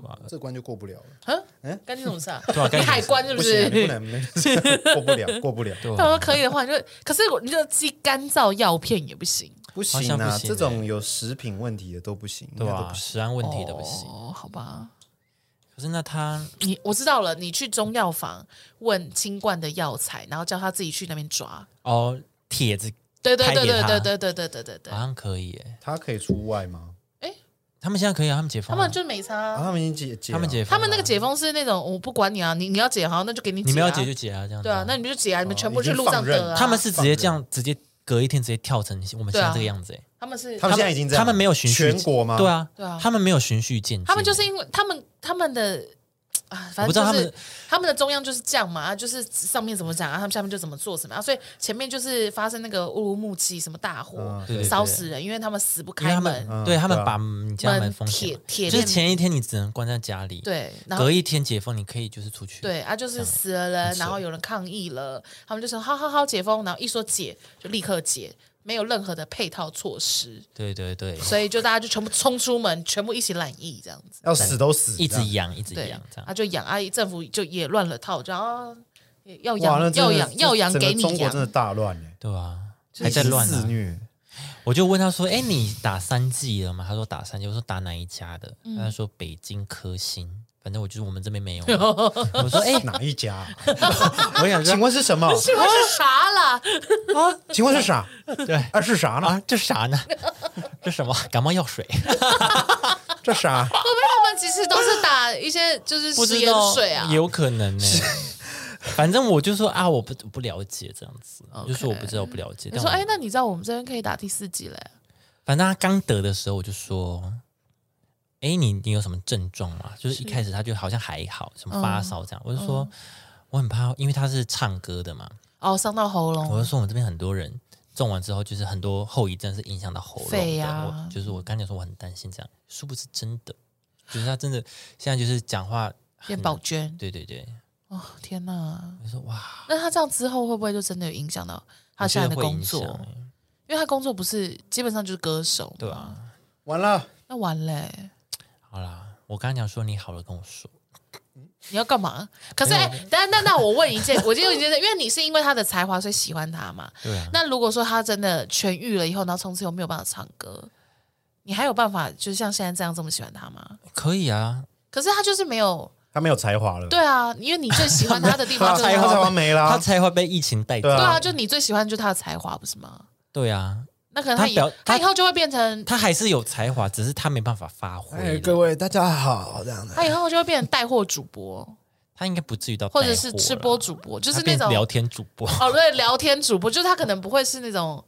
[SPEAKER 1] 哇
[SPEAKER 3] 这关就过不了了。
[SPEAKER 2] 嗯，干你什么事啊？
[SPEAKER 1] *laughs* 对啊干你
[SPEAKER 2] 你
[SPEAKER 1] 什么
[SPEAKER 2] 海
[SPEAKER 1] 事
[SPEAKER 2] 关是
[SPEAKER 3] 不行，不
[SPEAKER 2] 是？
[SPEAKER 3] 能，
[SPEAKER 2] *laughs*
[SPEAKER 3] *laughs* 没过不了，过不了，
[SPEAKER 1] 对
[SPEAKER 2] 他说
[SPEAKER 1] 啊，
[SPEAKER 2] 可以的话，你就可是我你就寄干燥药片也不行，
[SPEAKER 3] 不
[SPEAKER 1] 好
[SPEAKER 3] 行
[SPEAKER 1] 像不
[SPEAKER 3] 啊！
[SPEAKER 1] 行欸
[SPEAKER 3] 这种有食品问题的都不行，
[SPEAKER 1] 对
[SPEAKER 3] 应该都
[SPEAKER 1] 啊，
[SPEAKER 3] 不行
[SPEAKER 1] 食安问题都不行。
[SPEAKER 2] 哦，好吧。
[SPEAKER 1] 可是那他
[SPEAKER 2] 你我知道了，你去中药房问清冠的药材，然后叫他自己去那边抓。
[SPEAKER 1] 哦，帖子
[SPEAKER 2] 对对
[SPEAKER 1] 拍
[SPEAKER 2] 对
[SPEAKER 1] 给
[SPEAKER 2] 对
[SPEAKER 1] 他
[SPEAKER 2] 对对对对对对对
[SPEAKER 1] 好，像可以耶，
[SPEAKER 3] 他可以出外吗？
[SPEAKER 1] 他们现在可以啊，他们解
[SPEAKER 2] 他
[SPEAKER 1] 封了，
[SPEAKER 2] 们就没差
[SPEAKER 3] 啊
[SPEAKER 2] 啊。
[SPEAKER 3] 他们已经解解
[SPEAKER 1] 他
[SPEAKER 3] 了，
[SPEAKER 1] 们解封啊了，
[SPEAKER 2] 他们那个解啊封是那种我不管你啊，你你要解好，那就给你解、啊。
[SPEAKER 1] 你们要解就解啊，这样子
[SPEAKER 2] 对啊，那你们就解啊，你们
[SPEAKER 3] 哦
[SPEAKER 2] 全部
[SPEAKER 3] 已
[SPEAKER 2] 去
[SPEAKER 3] 经
[SPEAKER 2] 路上
[SPEAKER 3] 放任
[SPEAKER 2] 得啊。
[SPEAKER 1] 他们是直接这样，直接隔一天直接跳成我们现在这个样子耶，
[SPEAKER 2] 他们是
[SPEAKER 3] 他们现在已经这样
[SPEAKER 1] 他们没有循序
[SPEAKER 3] 全国吗
[SPEAKER 1] 对啊，
[SPEAKER 2] 对啊
[SPEAKER 1] 他们没有循序渐进，
[SPEAKER 2] 他们就是因为他们他们的啊，
[SPEAKER 1] 我
[SPEAKER 2] 反
[SPEAKER 1] 不知
[SPEAKER 2] 正
[SPEAKER 1] 道他
[SPEAKER 2] 就
[SPEAKER 1] 们
[SPEAKER 2] 是他们的中央就是这样嘛，啊就是上面怎么讲，啊，他们下面就怎么做什么啊，所以前面就是发生那个乌鲁木齐什么大火
[SPEAKER 3] 嗯，
[SPEAKER 1] 对对对
[SPEAKER 2] 烧死人，因为他们死不
[SPEAKER 1] 因为
[SPEAKER 2] 开
[SPEAKER 1] 他们
[SPEAKER 2] 门，
[SPEAKER 3] 嗯
[SPEAKER 1] 对他们
[SPEAKER 3] 对啊
[SPEAKER 1] 把你家门封起
[SPEAKER 2] 铁
[SPEAKER 1] 来，
[SPEAKER 2] 铁
[SPEAKER 1] 就是
[SPEAKER 2] 链
[SPEAKER 1] 前一天你只能关在家里，，
[SPEAKER 2] 对，然后
[SPEAKER 1] 隔。一天解封你可以就是出去，
[SPEAKER 2] 对啊，就是死了人，然后有人抗议了，他们就说好好好解封，然后一说解就立刻解，没有任何的配套措施，
[SPEAKER 1] 对对对，
[SPEAKER 2] 所以就大家就全部冲出门，全部一起染疫这样子。
[SPEAKER 3] 要死都死，
[SPEAKER 1] 一直
[SPEAKER 3] 这样
[SPEAKER 1] 养一直
[SPEAKER 2] 对
[SPEAKER 1] 养这，样
[SPEAKER 2] 啊，，就养啊，政府就也乱了套，就啊也要
[SPEAKER 3] 哇，那
[SPEAKER 2] 养
[SPEAKER 3] 真
[SPEAKER 2] 要
[SPEAKER 3] 的
[SPEAKER 2] 养要养
[SPEAKER 3] 整个
[SPEAKER 2] 给你
[SPEAKER 3] 中国真的
[SPEAKER 2] 养，
[SPEAKER 3] 大乱哎，
[SPEAKER 1] 对啊，还在乱
[SPEAKER 3] 肆
[SPEAKER 1] 啊。
[SPEAKER 3] 虐，
[SPEAKER 1] 我就问他说：“哎，你打三剂了吗？”他说：“打三剂。”我说：“打哪一家的？”
[SPEAKER 2] 嗯
[SPEAKER 1] 他说：“北京科兴。”反正我就是我们这边
[SPEAKER 2] *laughs*
[SPEAKER 1] 没有。我说：“哎，
[SPEAKER 3] 哪一家啊？
[SPEAKER 1] *laughs* 我想说
[SPEAKER 3] 请
[SPEAKER 1] 啊
[SPEAKER 3] 问
[SPEAKER 1] *laughs*
[SPEAKER 3] 是什么？
[SPEAKER 2] 这个是啥啦？
[SPEAKER 3] 请问是啥？
[SPEAKER 1] 对
[SPEAKER 3] 啊，是啥呢？
[SPEAKER 1] 啊，这啥呢？这什么感冒药水？
[SPEAKER 3] 这啥？
[SPEAKER 2] 会不会他们其实都是打一些就是
[SPEAKER 1] 不
[SPEAKER 2] 食
[SPEAKER 1] 知
[SPEAKER 2] 盐
[SPEAKER 1] 道，
[SPEAKER 2] 水啊？
[SPEAKER 1] 也有可能呢、反正我就说啊，我不我不了解这样子
[SPEAKER 2] OK
[SPEAKER 1] 就说我不知道，我不了解。
[SPEAKER 2] 你
[SPEAKER 1] 但
[SPEAKER 2] 说
[SPEAKER 1] 我
[SPEAKER 2] 哎，那你知道我们这边可以打第四季嘞？
[SPEAKER 1] 反正他刚得的时候，我就说，哎、你你有什么症状吗？就是一开始他就好像还好，什么发烧这
[SPEAKER 2] 嗯
[SPEAKER 1] 样，我就说、我很怕，因为他是唱歌的嘛，
[SPEAKER 2] 哦，伤到喉
[SPEAKER 1] 我
[SPEAKER 2] 咙
[SPEAKER 1] 就，说我们这边很多人中完之后，就是很多后遗症是影响到喉咙
[SPEAKER 2] 肺
[SPEAKER 1] 的。
[SPEAKER 2] 啊
[SPEAKER 1] 我就是我刚才说我很担心这样，殊不知真的，就是他真的现在就是讲话
[SPEAKER 2] 变
[SPEAKER 1] 很
[SPEAKER 2] 宝娟。
[SPEAKER 1] 对对对，
[SPEAKER 2] 哦，天哪！
[SPEAKER 1] 我说哇，
[SPEAKER 2] 那他这样之后会不会就真的有影响到他
[SPEAKER 1] 我觉
[SPEAKER 2] 现在
[SPEAKER 1] 得
[SPEAKER 2] 的
[SPEAKER 1] 会
[SPEAKER 2] 工
[SPEAKER 1] 影响
[SPEAKER 2] 作？
[SPEAKER 1] 欸
[SPEAKER 2] 因为他工作不是基本上就是歌手，
[SPEAKER 1] 对，啊，
[SPEAKER 3] 完了，
[SPEAKER 2] 那完嘞、
[SPEAKER 1] 嗯好啦，我刚刚讲说你好了跟我说，
[SPEAKER 2] 你要干嘛？可是，哎、但那那我问一件，我就有一件事，因为你是因为他的才华所以喜欢他嘛。
[SPEAKER 1] 对啊，
[SPEAKER 2] 那如果说他真的痊愈了以后，然后从此又没有办法唱歌，你还有办法就是像现在这样这么喜欢他吗？
[SPEAKER 1] 可以啊，
[SPEAKER 2] 可是他就是没有，
[SPEAKER 3] 他没有才华了，
[SPEAKER 2] 对啊，因为你最喜欢他的地
[SPEAKER 3] 他，
[SPEAKER 1] *laughs*
[SPEAKER 2] 方
[SPEAKER 3] 他
[SPEAKER 2] 就是
[SPEAKER 3] 才华
[SPEAKER 2] 他，
[SPEAKER 3] 没
[SPEAKER 1] 他
[SPEAKER 3] 啦，
[SPEAKER 1] 才会被疫情带走
[SPEAKER 3] 对，
[SPEAKER 2] 对啊，就你最喜欢就是他的才华，不是吗？
[SPEAKER 1] 对啊，
[SPEAKER 2] 那可能他
[SPEAKER 1] 他
[SPEAKER 2] 以
[SPEAKER 1] 表
[SPEAKER 2] 他
[SPEAKER 1] 他
[SPEAKER 2] 以后就会变成
[SPEAKER 1] 他还是有才华，只是他没办法发挥了，
[SPEAKER 3] 哎位大家好，这样的，
[SPEAKER 2] 他以后就会变成带货主播，
[SPEAKER 1] 他应该不至于到
[SPEAKER 2] 或
[SPEAKER 1] 带
[SPEAKER 2] 者
[SPEAKER 1] 货
[SPEAKER 2] 是
[SPEAKER 1] 啦
[SPEAKER 2] 吃播主播，就
[SPEAKER 1] 他
[SPEAKER 2] 是那
[SPEAKER 1] 变
[SPEAKER 2] 种
[SPEAKER 1] 聊天主播， *laughs*
[SPEAKER 2] 哦，对，聊天主播，就是他可能不会是那种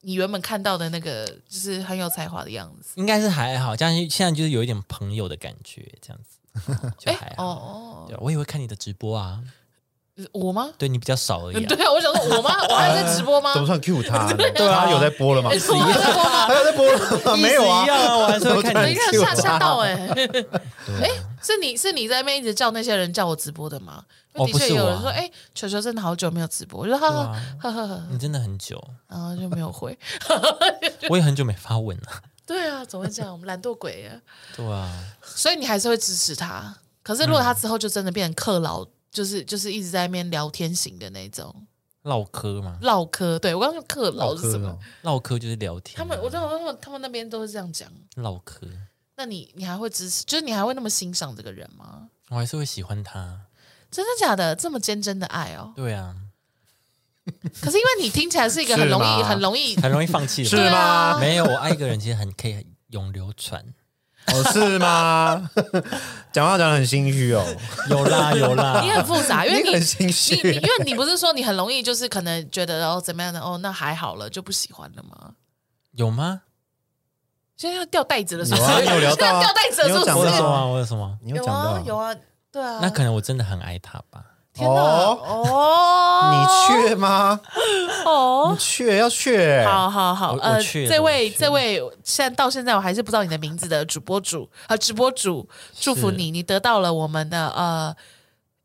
[SPEAKER 2] 你原本看到的那个，就是很有才华的样子。
[SPEAKER 1] 应该是还好，这样现在就是有一点朋友的感觉，这样
[SPEAKER 2] *laughs*
[SPEAKER 1] 子就
[SPEAKER 2] 哎
[SPEAKER 1] 还，好。
[SPEAKER 2] 哦，
[SPEAKER 1] 对啊，我也会看你的直播啊，
[SPEAKER 2] 我吗？
[SPEAKER 1] *laughs* 对你比较少而已、啊。
[SPEAKER 2] 对啊，我想说我吗？我还在直播吗
[SPEAKER 1] *laughs*
[SPEAKER 3] 怎？么算 Q 他呢？对啊，他有在播了
[SPEAKER 2] 我
[SPEAKER 3] 吗？
[SPEAKER 2] 还在播吗？
[SPEAKER 3] 他有在播了吗？没有啊
[SPEAKER 1] 哎意思一，样啊，我还是会看
[SPEAKER 2] 等一
[SPEAKER 1] 你
[SPEAKER 2] 下
[SPEAKER 1] 的直播。
[SPEAKER 2] 吓吓到哎、
[SPEAKER 1] *laughs* 对啊
[SPEAKER 2] 是你是你在那边一直叫那些人叫我直播的吗？因
[SPEAKER 1] 哦
[SPEAKER 2] 为的
[SPEAKER 1] 不
[SPEAKER 2] 确
[SPEAKER 1] 是我啊
[SPEAKER 2] 有人说，哎、球球真的好久没有直播，我就哈
[SPEAKER 1] 对
[SPEAKER 2] 哈
[SPEAKER 1] 啊
[SPEAKER 2] 呵呵呵，
[SPEAKER 1] 你真的很久，
[SPEAKER 2] 然后就没有回。
[SPEAKER 1] 我也很久没发文了。
[SPEAKER 2] 对啊，怎么会这样？我们懒惰鬼耶。
[SPEAKER 1] 对啊，
[SPEAKER 2] 所以你还是会支持他。可是如果
[SPEAKER 3] 嗯
[SPEAKER 2] 他之后就真的变成克劳，就是就是一直在那边聊天型的那种
[SPEAKER 1] 唠嗑嘛，
[SPEAKER 2] 唠嗑。对我刚刚说克劳是什么？
[SPEAKER 3] 哦
[SPEAKER 1] 唠嗑就是聊天啊。
[SPEAKER 2] 他们我知道他们他们那边都是这样讲。
[SPEAKER 1] 唠嗑，
[SPEAKER 2] 那你你还会支持？就是你还会那么欣赏这个人吗？
[SPEAKER 1] 我还是会喜欢他。
[SPEAKER 2] 真的假的？这么坚贞的爱
[SPEAKER 3] *laughs*
[SPEAKER 2] 哦！
[SPEAKER 1] 对啊，
[SPEAKER 2] 可是因为你听起来是一个很容易
[SPEAKER 3] 是吗
[SPEAKER 2] 很容易
[SPEAKER 1] 很容易放弃。
[SPEAKER 3] 是
[SPEAKER 2] 对啊
[SPEAKER 3] 吗？
[SPEAKER 1] 没有，我爱一个人其实很可以永流传。
[SPEAKER 3] 哦，是吗？ *laughs* 讲话讲的很心虚哦，
[SPEAKER 1] *laughs* 有啦有啦，
[SPEAKER 2] 你很复
[SPEAKER 3] *laughs*
[SPEAKER 2] 杂，因为
[SPEAKER 3] 你很
[SPEAKER 2] 你。
[SPEAKER 3] 心
[SPEAKER 2] 你你，因
[SPEAKER 3] 虚，
[SPEAKER 2] 为你不是说你很容易就是可能觉得哦怎么样的哦那还好了就不喜欢了吗？
[SPEAKER 1] 有吗？
[SPEAKER 2] 现在要掉袋子了是不
[SPEAKER 3] 有啊
[SPEAKER 2] 是？
[SPEAKER 3] 你
[SPEAKER 2] *laughs*
[SPEAKER 3] 有聊到
[SPEAKER 2] 现
[SPEAKER 3] 啊
[SPEAKER 2] 在要掉袋子了是
[SPEAKER 3] 你有
[SPEAKER 2] 不
[SPEAKER 3] 讲
[SPEAKER 1] 我有
[SPEAKER 2] 是
[SPEAKER 1] 什
[SPEAKER 3] 到？啊
[SPEAKER 1] 么？我有什么？
[SPEAKER 3] 你有讲到
[SPEAKER 2] 有啊，对啊。
[SPEAKER 1] 那可能我真的很爱他吧。
[SPEAKER 2] 天哪！哦，
[SPEAKER 3] 你确吗？
[SPEAKER 2] 哦，
[SPEAKER 3] 确要确，
[SPEAKER 2] 好好好，
[SPEAKER 1] 我
[SPEAKER 2] 呃，
[SPEAKER 1] 我去
[SPEAKER 2] 这
[SPEAKER 1] 我
[SPEAKER 2] 位
[SPEAKER 1] 去
[SPEAKER 2] 这位，现在到现在我还是不知道你的名字的主播主啊、呃直播主，祝福
[SPEAKER 1] 是
[SPEAKER 2] 你，你得到了我们的呃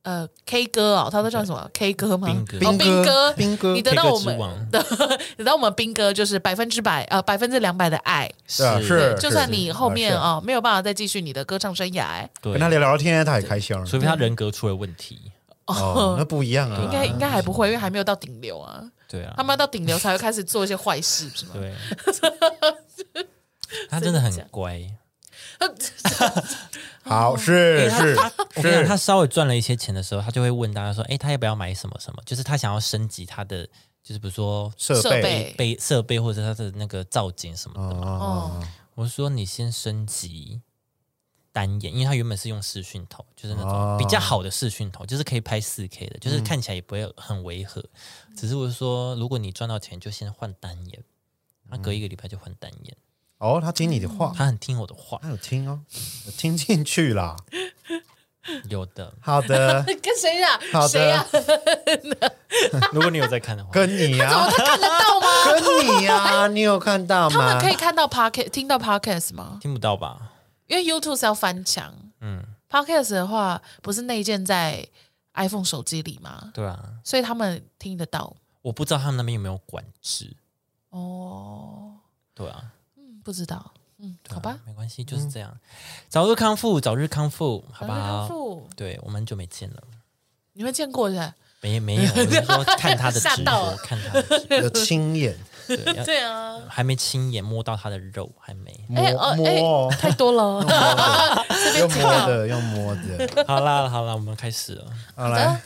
[SPEAKER 2] 呃 K 哥哦，他都叫什么 K 哥吗？
[SPEAKER 1] 兵哥
[SPEAKER 2] 哦，兵
[SPEAKER 3] 哥，
[SPEAKER 2] 哥，
[SPEAKER 3] 兵哥
[SPEAKER 2] 你，得到我
[SPEAKER 1] 之
[SPEAKER 2] 们
[SPEAKER 1] 王
[SPEAKER 2] 的， *laughs* 得到我们兵哥就是百分之百呃百分之两百的爱，
[SPEAKER 3] 是啊是，
[SPEAKER 2] 就是算你后面，
[SPEAKER 3] 啊
[SPEAKER 2] 啊、没有办法再继续你的歌唱生涯，
[SPEAKER 3] 是
[SPEAKER 1] 对
[SPEAKER 3] 跟，他聊聊天，他也开心了。
[SPEAKER 1] 除非他人格出了问题，
[SPEAKER 3] 哦，那不一样啊，
[SPEAKER 2] 应该应嗯该还不会，因为还没有到顶流啊，
[SPEAKER 1] 对啊，
[SPEAKER 2] 他们要到顶流才会开始做一些坏事，是吗？
[SPEAKER 1] 对，他真的很乖。
[SPEAKER 2] *laughs* 哦
[SPEAKER 3] 好是
[SPEAKER 1] 他
[SPEAKER 3] 是
[SPEAKER 1] 他我跟你讲，他
[SPEAKER 3] 是，
[SPEAKER 1] 稍微赚了一些钱的时候，他就会问大家说：“哎，他要不要买什么什么？”就是他想要升级他的，就是比如说
[SPEAKER 3] 设
[SPEAKER 2] 设备
[SPEAKER 3] 备，
[SPEAKER 1] 备设备或者他的那个造景什么的。
[SPEAKER 3] 哦
[SPEAKER 2] 哦，
[SPEAKER 1] 我说你先升级单眼，因为他原本是用视讯头，就是那
[SPEAKER 3] 哦
[SPEAKER 1] 种比较好的视讯头，就是可以拍四 K 的，就是看起来也不会很违和。只是我说，如果你赚到钱，就先换单眼。他隔一个礼拜就换单眼，
[SPEAKER 3] 哦，他听你的话，
[SPEAKER 1] 他很听我的话
[SPEAKER 3] 他，有听哦，有听进去啦。
[SPEAKER 1] 有 *laughs* 的。
[SPEAKER 3] 好的，
[SPEAKER 2] 跟谁呀、
[SPEAKER 3] 好
[SPEAKER 2] 谁呀、
[SPEAKER 3] 的，
[SPEAKER 1] 如果你有在看的话，
[SPEAKER 3] 跟你呀，
[SPEAKER 2] 看得到吗？
[SPEAKER 3] 跟你呀，你有看到
[SPEAKER 2] 他们
[SPEAKER 3] 吗
[SPEAKER 2] 可？以看到 podcast 听到 podcast 吗？
[SPEAKER 1] 听不到吧？
[SPEAKER 2] 因为 YouTube 是要翻墙，嗯，podcast 的话不是内建在 iPhone 手机里吗？
[SPEAKER 1] 对啊，
[SPEAKER 2] 所以他们听得到
[SPEAKER 1] 我不知道他们那边有没有管制。
[SPEAKER 2] 哦，
[SPEAKER 1] 对啊，
[SPEAKER 2] 嗯不知道，嗯，
[SPEAKER 1] 对啊
[SPEAKER 2] 好吧，
[SPEAKER 1] 没关系，就是这样。早日康复，早日康复，好不
[SPEAKER 2] 康
[SPEAKER 1] 好？
[SPEAKER 2] 复，
[SPEAKER 1] 对，我们很久没见了，
[SPEAKER 2] 你们见过的，
[SPEAKER 1] 没没有，我是说看他
[SPEAKER 2] *laughs*
[SPEAKER 1] 的
[SPEAKER 2] 吓
[SPEAKER 1] 直
[SPEAKER 2] 到
[SPEAKER 1] 播
[SPEAKER 2] 了，
[SPEAKER 1] 看他的直播
[SPEAKER 3] 有亲眼。
[SPEAKER 1] 对要
[SPEAKER 2] 对啊，
[SPEAKER 1] 还没亲眼摸到他的肉，还没
[SPEAKER 3] 摸
[SPEAKER 2] 哎哦哎
[SPEAKER 3] 摸哦，
[SPEAKER 2] 太多了，
[SPEAKER 3] 用摸的，用摸
[SPEAKER 1] *laughs*
[SPEAKER 3] 的。
[SPEAKER 1] 好啦好啦，我们开始了。
[SPEAKER 3] 好来，